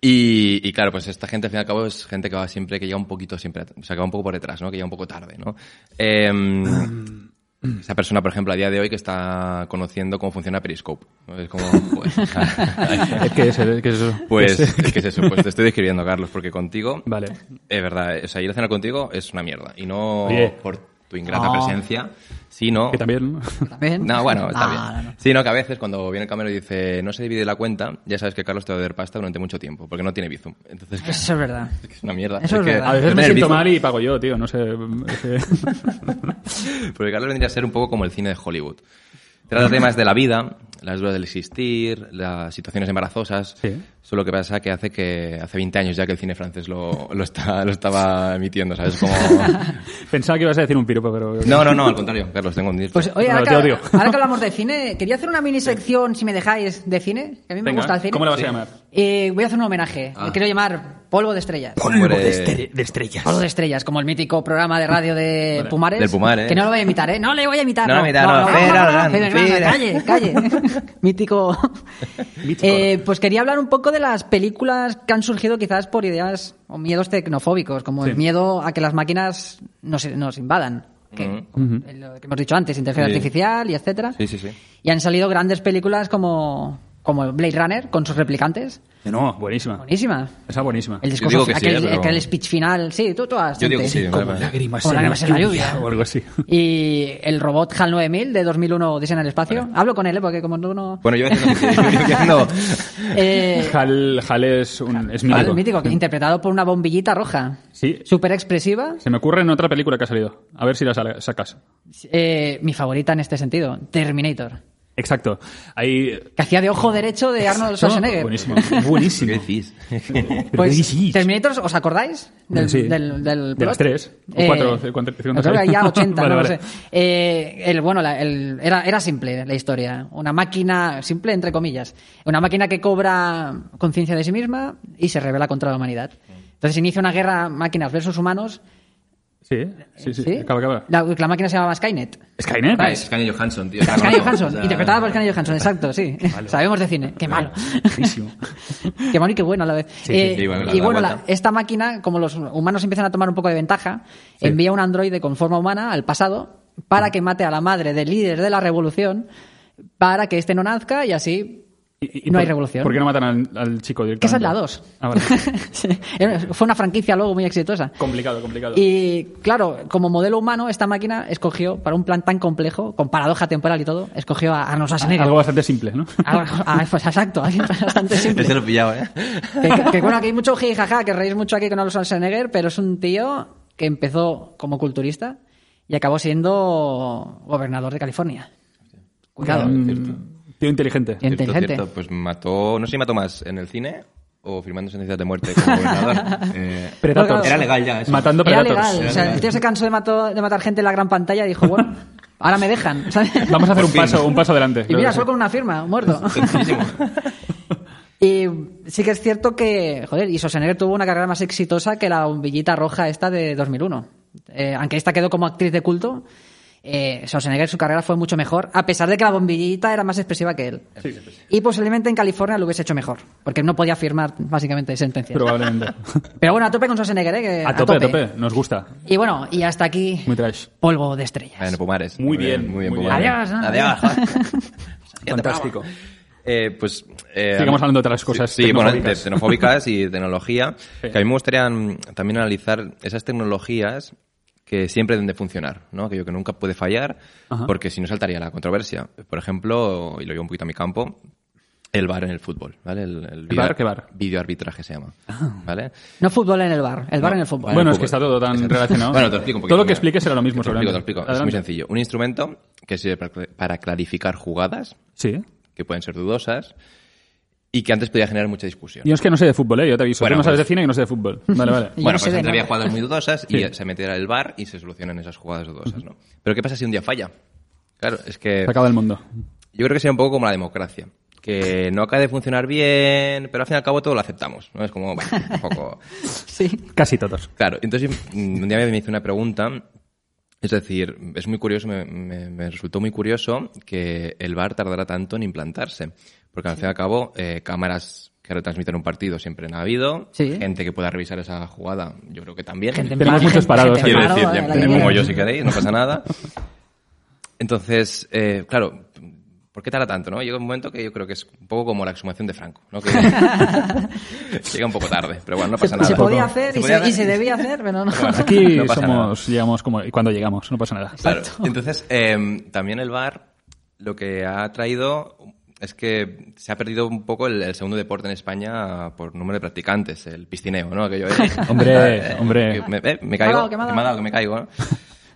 S4: Y, y claro, pues esta gente al fin y al cabo es gente que va siempre, que llega un poquito siempre, o sea, que va un poco por detrás, ¿no? Que llega un poco tarde, ¿no? Em, esa persona, por ejemplo, a día de hoy que está conociendo cómo funciona Periscope. ¿no? Es como, pues,
S2: ¿Qué es, ¿Qué es eso?
S4: pues, ¿qué es eso? Pues te estoy describiendo, Carlos, porque contigo,
S2: Vale.
S4: es verdad, eh, o sea, ir a cenar contigo es una mierda. Y no
S2: Oye.
S4: por tu ingrata
S3: No.
S4: presencia, sino...
S2: Que también. ¿no?
S3: ¿También?
S4: No, bueno, está
S3: Ah,
S4: bien.
S3: no, no.
S4: Sí, no, que a veces cuando viene el camero y dice no se divide la cuenta, ya sabes que Carlos te va a dar pasta durante mucho tiempo, porque no tiene Bizum. Entonces,
S3: Eso es verdad.
S4: es una mierda.
S3: Eso es
S4: que
S3: verdad.
S2: A veces me
S4: tener
S2: siento
S4: Bizum-
S2: mal y pago yo, tío. No sé. es que-
S4: Porque Carlos vendría a ser un poco como el cine de Hollywood. Trata temas de la vida, las dudas del existir, las situaciones embarazosas.
S2: Sí.
S4: Solo que pasa que hace que hace 20 años ya que el cine francés lo, lo, está- lo estaba emitiendo, ¿sabes? Como...
S2: Pensaba que ibas a decir un piropo, pero.
S4: No, no, no, al contrario, Carlos, tengo un disco.
S3: Pues oye,
S2: No,
S3: ahora,
S2: te
S3: que,
S2: odio.
S3: ahora que hablamos de cine, quería hacer una mini sección, si me dejáis, de cine. que a mí me
S2: Venga,
S3: gusta el cine.
S2: ¿cómo la vas a llamar?
S3: Eh, voy a hacer un homenaje.
S4: Ah.
S3: Le quiero llamar Polvo de Estrellas.
S1: estrellas.
S3: Polvo de Estrellas, como el mítico programa de radio de Pumares.
S4: Del Pumares.
S3: Que no lo voy a imitar, ¿eh? No le voy a imitar.
S4: No lo voy a imitar, no.
S3: no, no,
S4: Fera,
S3: no,
S4: Organ,
S3: Fera, Organ,
S4: Fera.
S3: Calle, calle. mítico. Eh, pues quería hablar un poco de las películas que han surgido quizás por ideas o miedos tecnofóbicos, como el
S2: Sí.
S3: miedo a que las máquinas nos, nos invadan. Que, Lo que hemos dicho antes, inteligencia
S4: Sí.
S3: artificial y etcétera.
S4: Sí, sí, sí.
S3: Y han salido grandes películas como, como Blade Runner con sus replicantes.
S2: No, buenísima.
S3: Buenísima.
S2: Esa buenísima.
S3: El
S4: Yo
S3: discurso,
S4: digo que sí,
S3: aquel,
S4: eh, pero-
S3: aquel speech final. Sí, tú, tú has
S4: Yo digo que
S3: gente.
S4: sí, me parece.
S2: Lágrimas
S3: Como
S2: en
S3: lágrimas
S2: la
S3: en la
S2: lluvia,
S3: lluvia.
S2: O algo así.
S3: Y el robot HAL 9000 de 2001 Odisea en el espacio. Hablo con él, ¿eh? porque como tú no...
S4: Bueno, yo voy haciendo... yo voy haciendo-
S3: Eh,
S2: Hal, Hal es, un, es
S3: mítico,
S2: mítico.
S3: que- interpretado por una bombillita roja.
S2: Sí.
S3: Súper expresiva.
S2: Se me ocurre en otra película que ha salido. A ver si la sal- sacas.
S3: Eh, mi favorita en este sentido, Terminator.
S2: Exacto. Ahí.
S3: Que hacía de ojo derecho de Arnold Schwarzenegger.
S2: Buenísimo.
S4: ¿Qué
S2: Buenísimo.
S4: decís?
S3: Pues,
S2: Sí.
S3: Terminator, ¿os acordáis? Del,
S2: Sí.
S3: del, del
S2: De las
S3: plot? Eh,
S2: tres, o cuatro, c- cuántas-
S3: creo
S2: cuántas
S3: que
S2: hay.
S3: había 80,
S2: Vale,
S3: no lo
S2: vale.
S3: sé. Eh, el, bueno, la- el- era, era simple la historia. Una máquina, simple entre comillas, una máquina que cobra conciencia de sí misma y se revela contra la humanidad. Entonces inicia una guerra máquinas versus humanos.
S2: Sí, sí, sí.
S3: ¿sí?
S2: Acaba, acaba.
S3: La, la máquina se llamaba Skynet.
S2: Skynet. ¿eh?
S4: Ah, es Kanye Johansson, tío.
S3: Scarlett Johansson,
S4: O sea,
S3: interpretada por Scarlett Johansson, exacto, sí. Sabemos de cine, qué malo.
S2: Buenísimo.
S3: qué malo y qué bueno a la vez. Eh,
S4: sí, bueno, la-
S3: y
S4: la
S3: bueno, la-
S4: vuelta.
S3: esta máquina, como los humanos empiezan a tomar un poco de ventaja, envía un androide con forma humana al pasado para que mate a la madre del líder de la revolución, para que este no nazca y así.
S2: Y-
S3: No hay
S2: por-
S3: revolución.
S2: ¿Por qué no matan al, al chico directamente?
S3: Que esa es la 2.
S2: Ah, vale.
S3: Fue una franquicia luego muy exitosa.
S2: complicado, complicado.
S3: Y claro, como modelo humano, esta máquina escogió, para un plan tan complejo, con paradoja temporal y todo, escogió a Arnold Schwarzenegger.
S2: Algo bastante simple, ¿no?
S3: Ah, ah, pues exacto, es bastante
S4: Este
S3: simple.
S4: lo he pillado, ¿eh?
S3: Que, que, bueno, aquí hay mucho jijaja, que reís mucho aquí con Arnold Schwarzenegger, pero es un tío que empezó como culturista y acabó siendo gobernador de California. Cuidado.
S2: Mm, Tío inteligente.
S3: Bien.
S4: Cierto,
S3: Inteligente.
S4: cierto. Pues mató, no sé si mató más en el cine o firmando sentencias de muerte como gobernador. Eh,
S2: Predators.
S4: Era legal ya eso.
S2: Matando
S3: Era
S2: predators.
S3: legal. O sea, el tío se cansó de, mato- de matar gente en la gran pantalla y dijo, bueno, ahora me dejan. ¿sabes?
S2: Vamos a hacer
S4: Por
S2: un
S4: fin.
S2: paso, un paso adelante.
S3: Y
S2: Creo
S3: mira,
S2: que sí.
S3: solo con una firma, muerto.
S4: Sencillísimo.
S3: Y sí que es cierto que, joder, y Schwarzenegger tuvo una carrera más exitosa que la bombillita roja esta de 2001. Eh, aunque esta quedó como actriz de culto, eh, Schwarzenegger su carrera fue mucho mejor, a pesar de que la bombillita era más expresiva que él. Y posiblemente en California lo hubiese hecho mejor, porque no podía firmar básicamente sentencias. Pero,
S2: Probablemente.
S3: bueno, a tope con Schwarzenegger, ¿eh? Que-
S2: A tope, a tope. Nos gusta.
S3: Y bueno, y hasta aquí,
S2: Muy pues trash.
S3: polvo de estrellas.
S4: Bueno, Pumares.
S2: Muy bien,
S4: Muy bien,
S2: muy
S4: Pumares.
S3: bien. Adiós, ¿no?
S4: Adiós. joder.
S2: Fantástico.
S4: Eh, pues, eh,
S2: Sigamos hablando de otras cosas
S4: Sí, sí, bueno, de
S2: tecnofóbicas.
S4: xenofóbicas y de tecnología.
S2: Sí.
S4: Que a mí me gustaría mm, también analizar esas tecnologías que siempre deben de funcionar, ¿no? Aquello que nunca puede fallar,
S2: Ajá.
S4: porque si no saltaría la controversia. Por ejemplo, y lo llevo un poquito a mi campo, El bar en el fútbol, ¿vale? El, el
S2: bar? ¿Qué bar?
S4: Videoarbitraje se llama,
S2: Ah.
S4: ¿vale?
S3: No fútbol en el bar, el bar en el fútbol.
S2: Bueno,
S4: el
S2: es que está
S4: fútbol.
S2: todo tan
S4: Exacto.
S2: relacionado.
S4: Bueno, te lo explico un poquito.
S2: Todo lo que
S4: mira.
S2: expliques será lo mismo,
S4: Te lo explico, te lo
S2: seguramente.
S4: explico. Es muy
S2: Adelante.
S4: sencillo. Un instrumento que sirve para cl- para clarificar jugadas
S2: Sí.
S4: que pueden ser dudosas y que antes podía generar mucha discusión.
S2: Y es que no sé de fútbol, ¿eh? Yo te aviso.
S4: Bueno,
S2: Tú no sabes
S4: pues-
S2: de cine y no sé de fútbol. Vale, vale.
S3: Yo
S4: Bueno,
S3: no sé
S4: pues
S3: de
S4: antes había
S3: nada.
S4: jugadas muy dudosas y
S2: Sí.
S4: se metiera el bar y se solucionan esas jugadas dudosas, ¿no? Pero ¿qué pasa si un día falla? Claro, es que
S2: Se acaba el mundo.
S4: yo creo que sería un poco como la democracia. Que no acaba de funcionar bien, pero al fin y al cabo todo lo aceptamos, ¿no? Es como, bueno, un poco...
S3: Sí.
S2: Casi todos.
S4: Claro, entonces mm, un día me hizo una pregunta, es decir, es muy curioso, me, me- me resultó muy curioso que el VAR tardara tanto en implantarse, porque al fin y al cabo eh, cámaras que retransmiten un partido siempre han habido,
S3: Sí.
S4: gente que pueda revisar esa jugada, yo creo que también.
S3: Gente en
S2: Tenemos
S3: paro,
S2: muchos
S3: gente-
S2: parados
S3: gente en
S4: Quiero
S3: paro,
S4: decir,
S3: eh, la
S4: ya
S3: que
S4: tenemos
S3: quiera.
S4: yo si queréis, no pasa nada. Entonces, eh, claro, ¿por qué tarda tanto? no? Llega un momento que yo creo que es un poco como la exhumación de Franco, ¿no? Que- llega un poco tarde, pero bueno, no
S3: Se,
S4: pasa nada.
S3: se podía hacer y
S4: podía
S3: se, y se debía hacer, pero no.
S4: Bueno,
S2: Aquí
S4: no pasa nada.
S2: somos, llegamos como y cuando llegamos, no pasa nada.
S4: Claro. Entonces, eh, también el bar lo que ha traído es que se ha perdido un poco el, el segundo deporte en España por número de practicantes, el piscineo, ¿no? Aquello, eh,
S2: Hombre, hombre.
S4: que Me, eh, me caigo,
S3: dado, que
S4: que
S3: me ha
S4: me
S3: dado.
S4: ha dado, que me caigo, ¿no?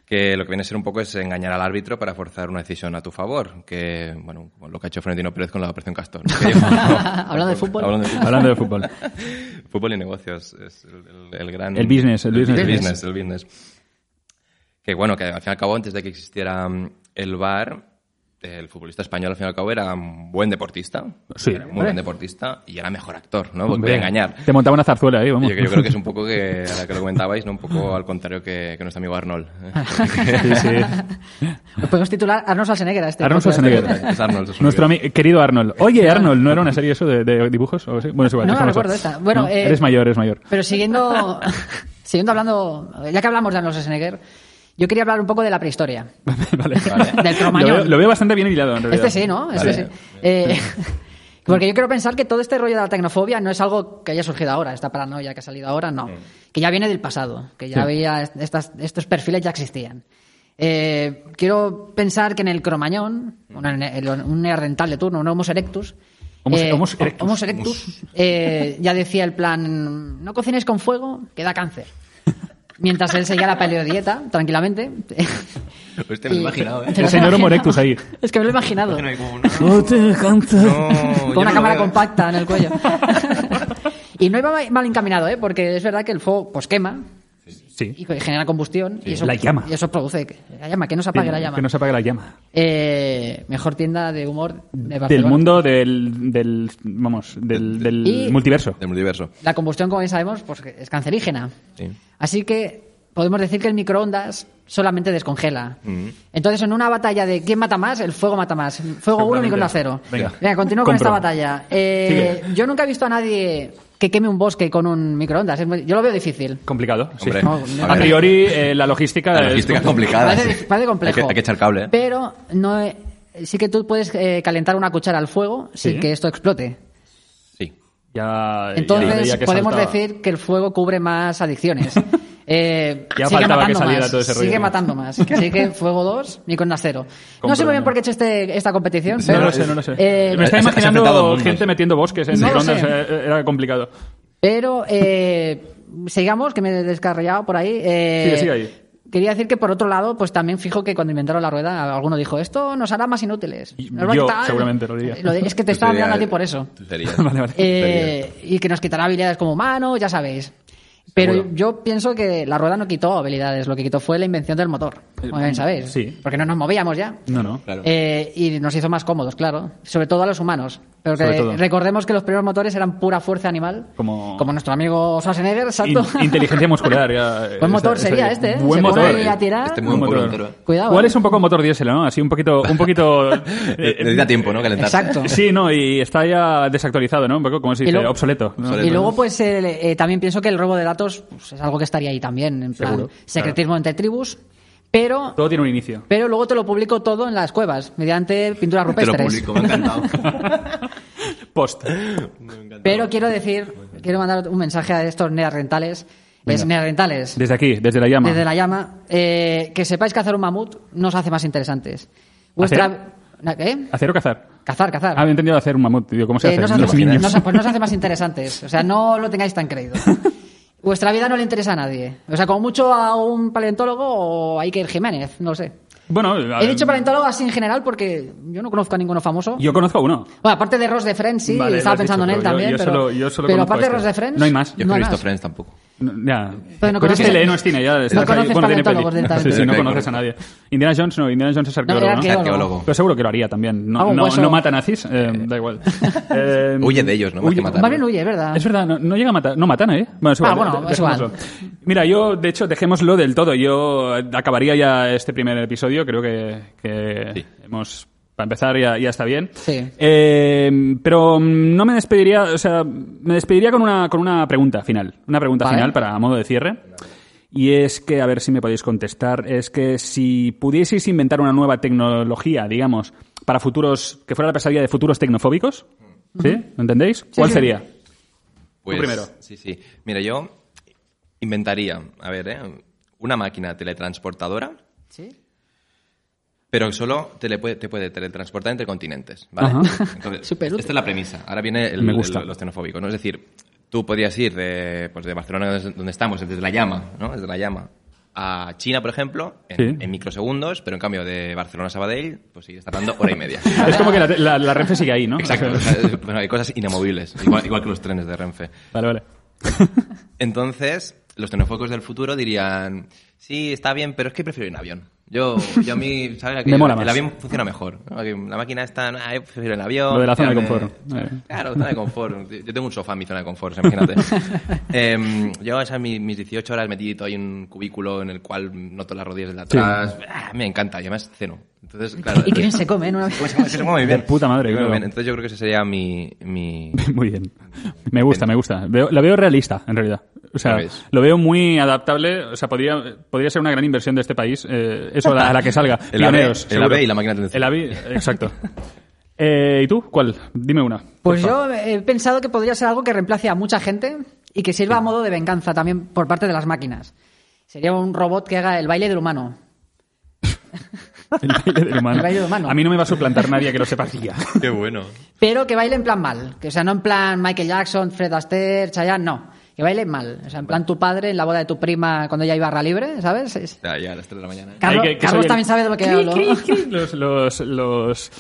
S4: Que lo que viene a ser un poco es engañar al árbitro para forzar una decisión a tu favor. Que, bueno, como lo que ha hecho Florentino Pérez con la operación Castor. ¿no? Que yo-
S3: Hablando de fútbol.
S4: Hablando de fútbol.
S2: Hablando de fútbol.
S4: Fútbol y negocios es el, el- el gran...
S2: El business, el business.
S4: El business, el business. Que bueno, que al fin y al cabo, antes de que existiera mm, el VAR, el futbolista español al fin y al cabo era un buen deportista.
S2: Sí,
S4: Era muy
S2: hombre.
S4: buen deportista y era mejor actor, ¿no? Porque
S2: Hombre,
S4: podía engañar.
S2: Te montaba una zarzuela ahí,
S4: Yo,
S2: vamos.
S4: yo creo que es un poco que, a la que lo comentabais, ¿no? Un poco al contrario que, que nuestro amigo Arnold.
S2: Sí, sí.
S3: Lo podemos titular Arnold Schwarzenegger a este.
S2: Arnold
S3: podcast.
S2: Schwarzenegger.
S4: Es Arnold. es un
S2: Nuestro
S4: amigo.
S2: ami- querido Arnold. Oye, Arnold, ¿no era una serie eso de, de dibujos? o sí? Bueno, es igual.
S3: No,
S2: dejamos-
S3: recuerdo esta. Bueno,
S2: No,
S3: eh,
S2: Eres mayor, eres mayor.
S3: Pero siguiendo, siguiendo hablando, ya que hablamos de Arnold Schwarzenegger, yo quería hablar un poco de la prehistoria.
S2: vale.
S3: Del
S2: Lo
S3: cromañón.
S2: veo, lo veo bastante bien hilado, en realidad.
S3: Este sí, ¿no? Este
S2: Vale.
S3: sí. Eh, porque yo quiero pensar que todo este rollo de la tecnofobia no es algo que haya surgido ahora, esta paranoia que ha salido ahora, no. Que ya viene del pasado, que ya
S2: Sí.
S3: había est- estas- estos perfiles ya existían. Eh, quiero pensar que en el Cromañón,
S2: Mm.
S3: un, el- un neandertal de turno, un Homo erectus, eh,
S2: Homo- Homo erectus.
S3: Homo erectus, eh, ya decía el plan, no cocines con fuego, que da cáncer. Mientras él seguía la paleodieta, tranquilamente.
S4: Hostia, me lo he imaginado, ¿eh?
S3: Te lo
S2: El
S3: has
S2: señor Homo
S3: imaginado.
S2: erectus ahí.
S3: Es que me lo he imaginado.
S4: No hay como un-
S2: No te
S4: No, yo
S3: Con una
S4: no lo
S3: cámara
S4: veo. ¿eh?
S3: compacta en el cuello. y no iba ma- mal encaminado, ¿eh? porque es verdad que el fuego pues quema
S2: Sí.
S3: y co- genera combustión y, eso, pues,
S2: La llama.
S3: y eso produce que- la llama, que no se apague la llama.
S2: Que no se apague la llama.
S3: Eh, mejor tienda de humor de Barcelona.
S2: Del mundo del, del vamos, del, del
S3: Y-
S2: multiverso.
S4: Del multiverso.
S3: La combustión, como bien sabemos, pues es cancerígena.
S4: Sí.
S3: Así que podemos decir que el microondas solamente descongela.
S4: Mm.
S3: Entonces, en una batalla de quién mata más, el fuego mata más. Fuego 1,
S2: Seguramente.
S3: microondas 0.
S2: Venga.
S3: continúo
S2: Compro.
S3: con esta batalla. Eh, yo nunca he visto a nadie que queme un bosque con un microondas. Es muy- yo lo veo difícil.
S2: Complicado. sí.
S4: Hombre,
S3: No,
S4: a
S2: A
S4: ver.
S2: priori, eh, la logística,
S4: La
S2: es
S4: logística es
S2: complicada.
S4: complicada.
S3: Parece,
S4: sí.
S3: parece complejo.
S4: Hay que, hay que echar cable, ¿eh?
S3: Pero no, eh, sí que tú puedes eh, calentar una cuchara al fuego sin
S2: Sí.
S3: que esto explote.
S4: Sí.
S2: Ya, ya
S3: Entonces,
S2: veía que
S3: podemos
S2: saltaba.
S3: decir que el fuego cubre más adicciones. Eh,
S2: Ya
S3: sigue
S2: faltaba que
S3: matando
S2: saliera
S3: más,
S2: todo ese rollo.
S3: Sigue matando más. Así que fuego 2, Microondas 0. No sé muy bien por qué he hecho este- esta competición,
S2: No
S3: pero...
S2: lo sé, no lo sé.
S3: eh,
S2: Me estaba
S4: has- has enfrentado
S2: imaginando
S4: mundos.
S2: gente metiendo bosques en
S3: No lo
S2: microondas,
S3: sé.
S2: eh, Era complicado.
S3: Pero eh, sigamos, que me he descarriado por ahí. Eh,
S2: Sigue, sigue ahí.
S3: Quería decir que por otro lado, pues también fijo que cuando inventaron la rueda, alguno dijo, esto nos hará más inútiles.
S2: Y-
S3: Nos va a
S2: yo
S3: quitar-".
S2: seguramente lo diría.
S3: de- es que te
S4: Tú
S3: estaba
S4: serías-
S3: mirando a ti por eso.
S4: tú serías.
S2: Vale, vale.
S3: Eh, y que nos quitará habilidades como humanos, ya sabéis. Pero
S4: Seguro.
S3: yo pienso que la rueda no quitó habilidades, lo que quitó fue la invención del motor. Como bien sabéis.
S2: sí.
S3: Porque no nos movíamos ya.
S2: No, no.
S4: Claro.
S3: Eh, y nos hizo más cómodos, claro. Sobre todo a los humanos. Pero que
S2: Sobre todo.
S3: recordemos que los primeros motores eran pura fuerza animal.
S2: Como-
S3: nuestro amigo Schwarzenegger, exacto.
S2: In- inteligencia muscular. ya, eh,
S3: Buen motor
S2: esa- esa
S3: sería
S2: idea.
S3: este, ¿eh?
S2: Buen
S3: Se
S2: motor.
S3: pone ahí a tirar.
S4: Este
S2: Buen
S4: muy
S2: motor.
S4: entero.
S3: Cuidado,
S2: ¿Cuál
S3: eh.
S2: es un poco motor diésel, no? Así un poquito... Un poquito eh,
S4: Necesita tiempo, ¿no? Calentarse.
S3: Exacto.
S2: Sí, no, y está ya desactualizado, ¿no? Un poco, como se
S3: Y
S2: dice,
S3: luego-
S2: obsoleto. ¿no?
S4: Obsoleto.
S3: Y luego, pues, el, eh, también pienso que el robo de datos pues, es algo que estaría ahí también, en plan
S2: Seguro,
S3: secretismo entre tribus, pero,
S2: Todo tiene un inicio.
S3: pero luego te lo publico todo en las cuevas, mediante pinturas
S2: Pues
S4: Te lo
S3: rupestres.
S4: publico, me ha encantado.
S2: Post.
S3: Pero quiero decir, quiero mandar un mensaje a estos nearrentales, es neandertales,
S2: Desde aquí, desde la llama. ¿Ah,
S3: desde la llama, eh, que sepáis que hacer un mamut nos hace más interesantes.
S2: ¿Hacer?
S3: ¿Na- ¿Qué?
S2: ¿Hacer o cazar?
S3: Cazar, cazar.
S2: Había Ah, entendido hacer un mamut, digo, ¿cómo se
S3: Eh,
S2: hace?
S3: no os
S2: Los
S3: hace-
S2: niños.
S3: no os- pues no os hace más interesantes. O sea, no lo tengáis tan creído. Vuestra vida no le interesa a nadie. O sea, como mucho a un paleontólogo o a Iker Jiménez, no lo sé.
S2: Bueno, eh,
S3: He dicho paleontólogo así en general porque yo no conozco a ninguno famoso.
S2: yo conozco a uno.
S3: Bueno, aparte de Ross de Friends, sí,
S2: Vale,
S3: estaba
S2: lo has
S3: pensando
S2: dicho,
S3: en él
S2: pero yo-
S3: también.
S2: yo
S3: pero
S2: solo- yo solo
S3: pero
S2: conozco
S3: aparte de
S2: este.
S3: Ross de Friends.
S2: No hay más.
S4: Yo no he visto
S3: más.
S4: Friends tampoco.
S2: No, ya.
S3: Pero no
S2: Pero es que
S3: conoces-
S2: lee, no es cine, ya. estás
S3: conoces
S2: ahí- bueno, tiene peli.
S3: paleontólogos directamente.
S2: Sí, sí, no
S4: Correcto,
S2: conoces a nadie. Indiana Jones no, Indiana Jones es arqueólogo,
S3: era
S2: ¿no?
S3: arqueólogo.
S4: Arqueólogo.
S2: Pero seguro que lo haría también. No,
S3: Algún
S2: no,
S3: hueso.
S2: no mata nazis, eh, da igual. Eh,
S4: Huye de ellos, ¿no? Más que matarlos.
S3: Más bien huye, es verdad.
S2: Es verdad, no, no llega a matar, no matan, ¿eh? Bueno, es igual.
S3: Ah, bueno,
S2: de-
S3: es igual.
S2: dejémoslo. Mira, yo, de hecho, dejémoslo del todo. Yo eh, acabaría ya este primer episodio, creo que, que
S4: Sí.
S2: hemos... Para empezar ya, ya está bien.
S3: Sí.
S2: Eh, pero mm, no me despediría, o sea, me despediría con una, con una pregunta final. Una pregunta
S3: Vale.
S2: final para modo de cierre. Y es que, a ver si me podéis contestar, es que si pudieseis inventar una nueva tecnología, digamos, para futuros, que fuera la pesadilla de futuros tecnofóbicos, ¿sí? ¿Lo entendéis? ¿Cuál
S3: sí.
S2: sería?
S4: Pues,
S2: primero.
S4: Sí, sí. Mira, yo inventaría, a ver, ¿eh? una máquina teletransportadora,
S3: Sí.
S4: pero solo te, le puede, te puede teletransportar entre continentes, ¿vale?
S2: Ajá.
S4: Entonces,
S3: Superútil.
S4: esta es la premisa. Ahora viene el,
S2: Me gusta.
S4: el- los xenofóbicos, ¿no? Es decir, tú podías ir de, pues de Barcelona, desde donde estamos, desde la llama, ¿no? Desde la llama a China, por ejemplo, en,
S2: Sí.
S4: en microsegundos, pero en cambio de Barcelona a Sabadell, pues sigues tardando hora y media.
S2: Es como que la, la, la refe sigue ahí, ¿no?
S4: Exacto.
S2: O
S4: O
S2: sea,
S4: sea, es- bueno, hay cosas inamovibles, igual, igual que los trenes de Renfe.
S2: Vale, vale.
S4: Entonces, los xenofóbicos del futuro dirían, sí, está bien, pero es que prefiero ir en avión. Yo, yo a mí, ¿sabes? Aquello,
S2: Me mola
S4: el
S2: más.
S4: avión funciona mejor. ¿no? Aquí La máquina está, ah, yo prefiero el avión.
S2: Lo de la zona de
S4: me-
S2: confort. Eh.
S4: Claro, zona de confort. Yo tengo un sofá en mi zona de confort, o sea, imagínate. Em, yo esas mis, mis 18 horas metidito ahí en un cubículo en el cual noto las rodillas de atrás. Ah, me encanta, y además ceno. Entonces, claro.
S3: Y que bien se come, ¿no?
S4: Pues, pues, se come muy bien.
S2: De puta madre,
S4: Muy
S2: claro.
S4: bien. Entonces yo creo que ese sería mi... mi...
S2: Muy bien. Me gusta, me gusta. Veo- la veo realista, en realidad. O
S4: Ya
S2: sea,
S4: ves.
S2: lo veo muy adaptable. O sea, podría, podría ser una gran inversión de este país. eh, eso a la, a la que salga.
S4: El AVE,
S2: Pioneros,
S4: el
S2: seguro.
S4: AVE y la máquina tendenciosa.
S2: El AVE, exacto. Eh, ¿Y tú? ¿Cuál? Dime una. por
S3: Pues
S2: favor.
S3: yo he pensado que podría ser algo que reemplace a mucha gente y que sirva a modo de venganza también por parte de las máquinas. Sería un robot que haga el baile del humano.
S2: El baile del humano.
S3: El baile del humano.
S2: A mí no me va a suplantar nadie que lo sepa aquí ya.
S4: Qué bueno.
S3: Pero que baile en plan mal. Que, o sea, no en plan Michael Jackson, Fred Astaire, Chayanne, no. Que baile mal. O sea, en plan tu padre en la boda de tu prima cuando ella iba a barra libre, ¿sabes? Es-
S4: Ya, ya, a las 3 de la mañana.
S3: Carlos,
S2: Ahí que- que
S3: Carlos
S2: soy el-
S3: también sabe de lo que
S2: Cri,
S3: hablo.
S2: cri, cri. Los, los, los,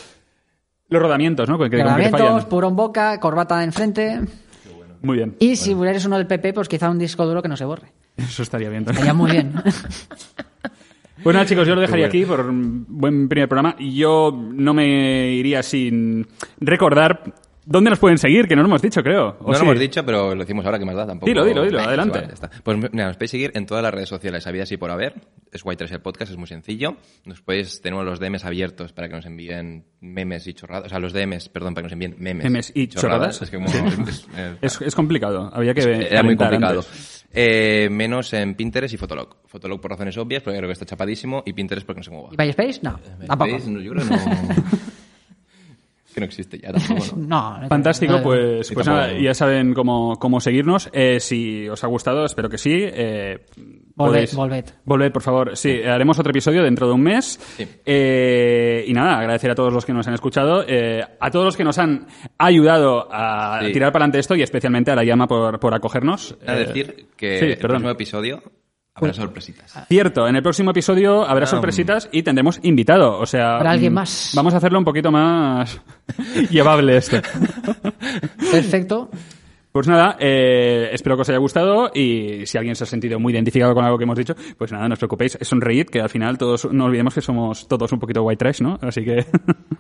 S2: los rodamientos, ¿no? Que, que- como que te
S3: Grabamientos,
S2: fallan.
S3: puro en boca, corbata enfrente.
S2: Muy bien.
S3: pues- Y si eres uno del PP, pues quizá un disco duro que no se borre.
S2: Eso estaría bien.
S3: Estaría muy bien.
S2: Bueno, Pues chicos, yo lo dejaría aquí por un buen primer programa. Yo no me iría sin recordar dónde nos pueden seguir, que no lo hemos dicho, creo. ¿O
S4: No
S2: sí?
S4: lo hemos dicho, pero lo decimos ahora, que más da tampoco.
S2: Dilo, dilo, dilo,
S4: Eh,
S2: adelante.
S4: vale, ya está. Pues mira, nos podéis seguir en todas las redes sociales, había así por haber. Es White Trash el podcast, es muy sencillo. Nos podéis, tenemos los DMs abiertos para que nos envíen memes y chorradas. O sea, los DMs, perdón, para que nos envíen memes.
S2: Memes y chorradas.
S4: Es que como- es- eh,
S2: Es, es complicado, había que
S4: era muy
S2: calentar
S4: complicado.
S2: antes.
S4: Eh, menos en Pinterest y Fotolog. Fotolog por razones obvias, porque creo que está chapadísimo, y Pinterest porque no sé cómo
S3: ¿Y
S4: va.
S3: MySpace? No, tampoco.
S4: ¿Veis? No, Yo creo que no... que no existe ya tampoco, ¿no?
S3: No. no.
S2: Fantástico,
S3: Vale.
S2: pues,
S4: Sí,
S2: pues
S4: tampoco.
S2: nada, ya saben cómo, cómo seguirnos. Eh, si os ha gustado, espero que sí. Eh,
S3: Volved,
S2: podéis-
S3: volved.
S2: Volved, por favor. Sí, haremos otro episodio dentro de un mes.
S4: Sí.
S2: Eh, y nada, agradecer a todos los que nos han escuchado, eh, a todos los que nos han ayudado a
S4: Sí.
S2: tirar para adelante esto y especialmente a la llama por, por acogernos.
S4: A
S2: Eh,
S4: decir que
S2: sí,
S4: el
S2: perdón.
S4: próximo episodio habrá sorpresitas.
S2: Cierto, en el próximo episodio
S4: Ah,
S2: habrá sorpresitas y tendremos invitado. O sea,
S3: Habrá alguien
S2: mm,
S3: más.
S2: Vamos a hacerlo un poquito más llevable esto.
S3: Perfecto.
S2: Pues nada, eh, espero que os haya gustado y si alguien se ha sentido muy identificado con algo que hemos dicho, pues nada, no os preocupéis, es un reír que al final todos no olvidemos que somos todos un poquito white trash, ¿no? Así que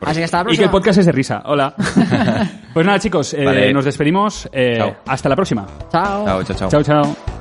S3: Así que hasta la
S2: y que el
S3: próxima.
S2: podcast es de risa. Hola. pues nada, chicos, eh,
S4: Vale.
S2: nos despedimos. eh,
S4: Chao.
S2: hasta la próxima.
S3: Chao.
S4: Chao, chao,
S2: Chao,
S4: chao.
S2: chao.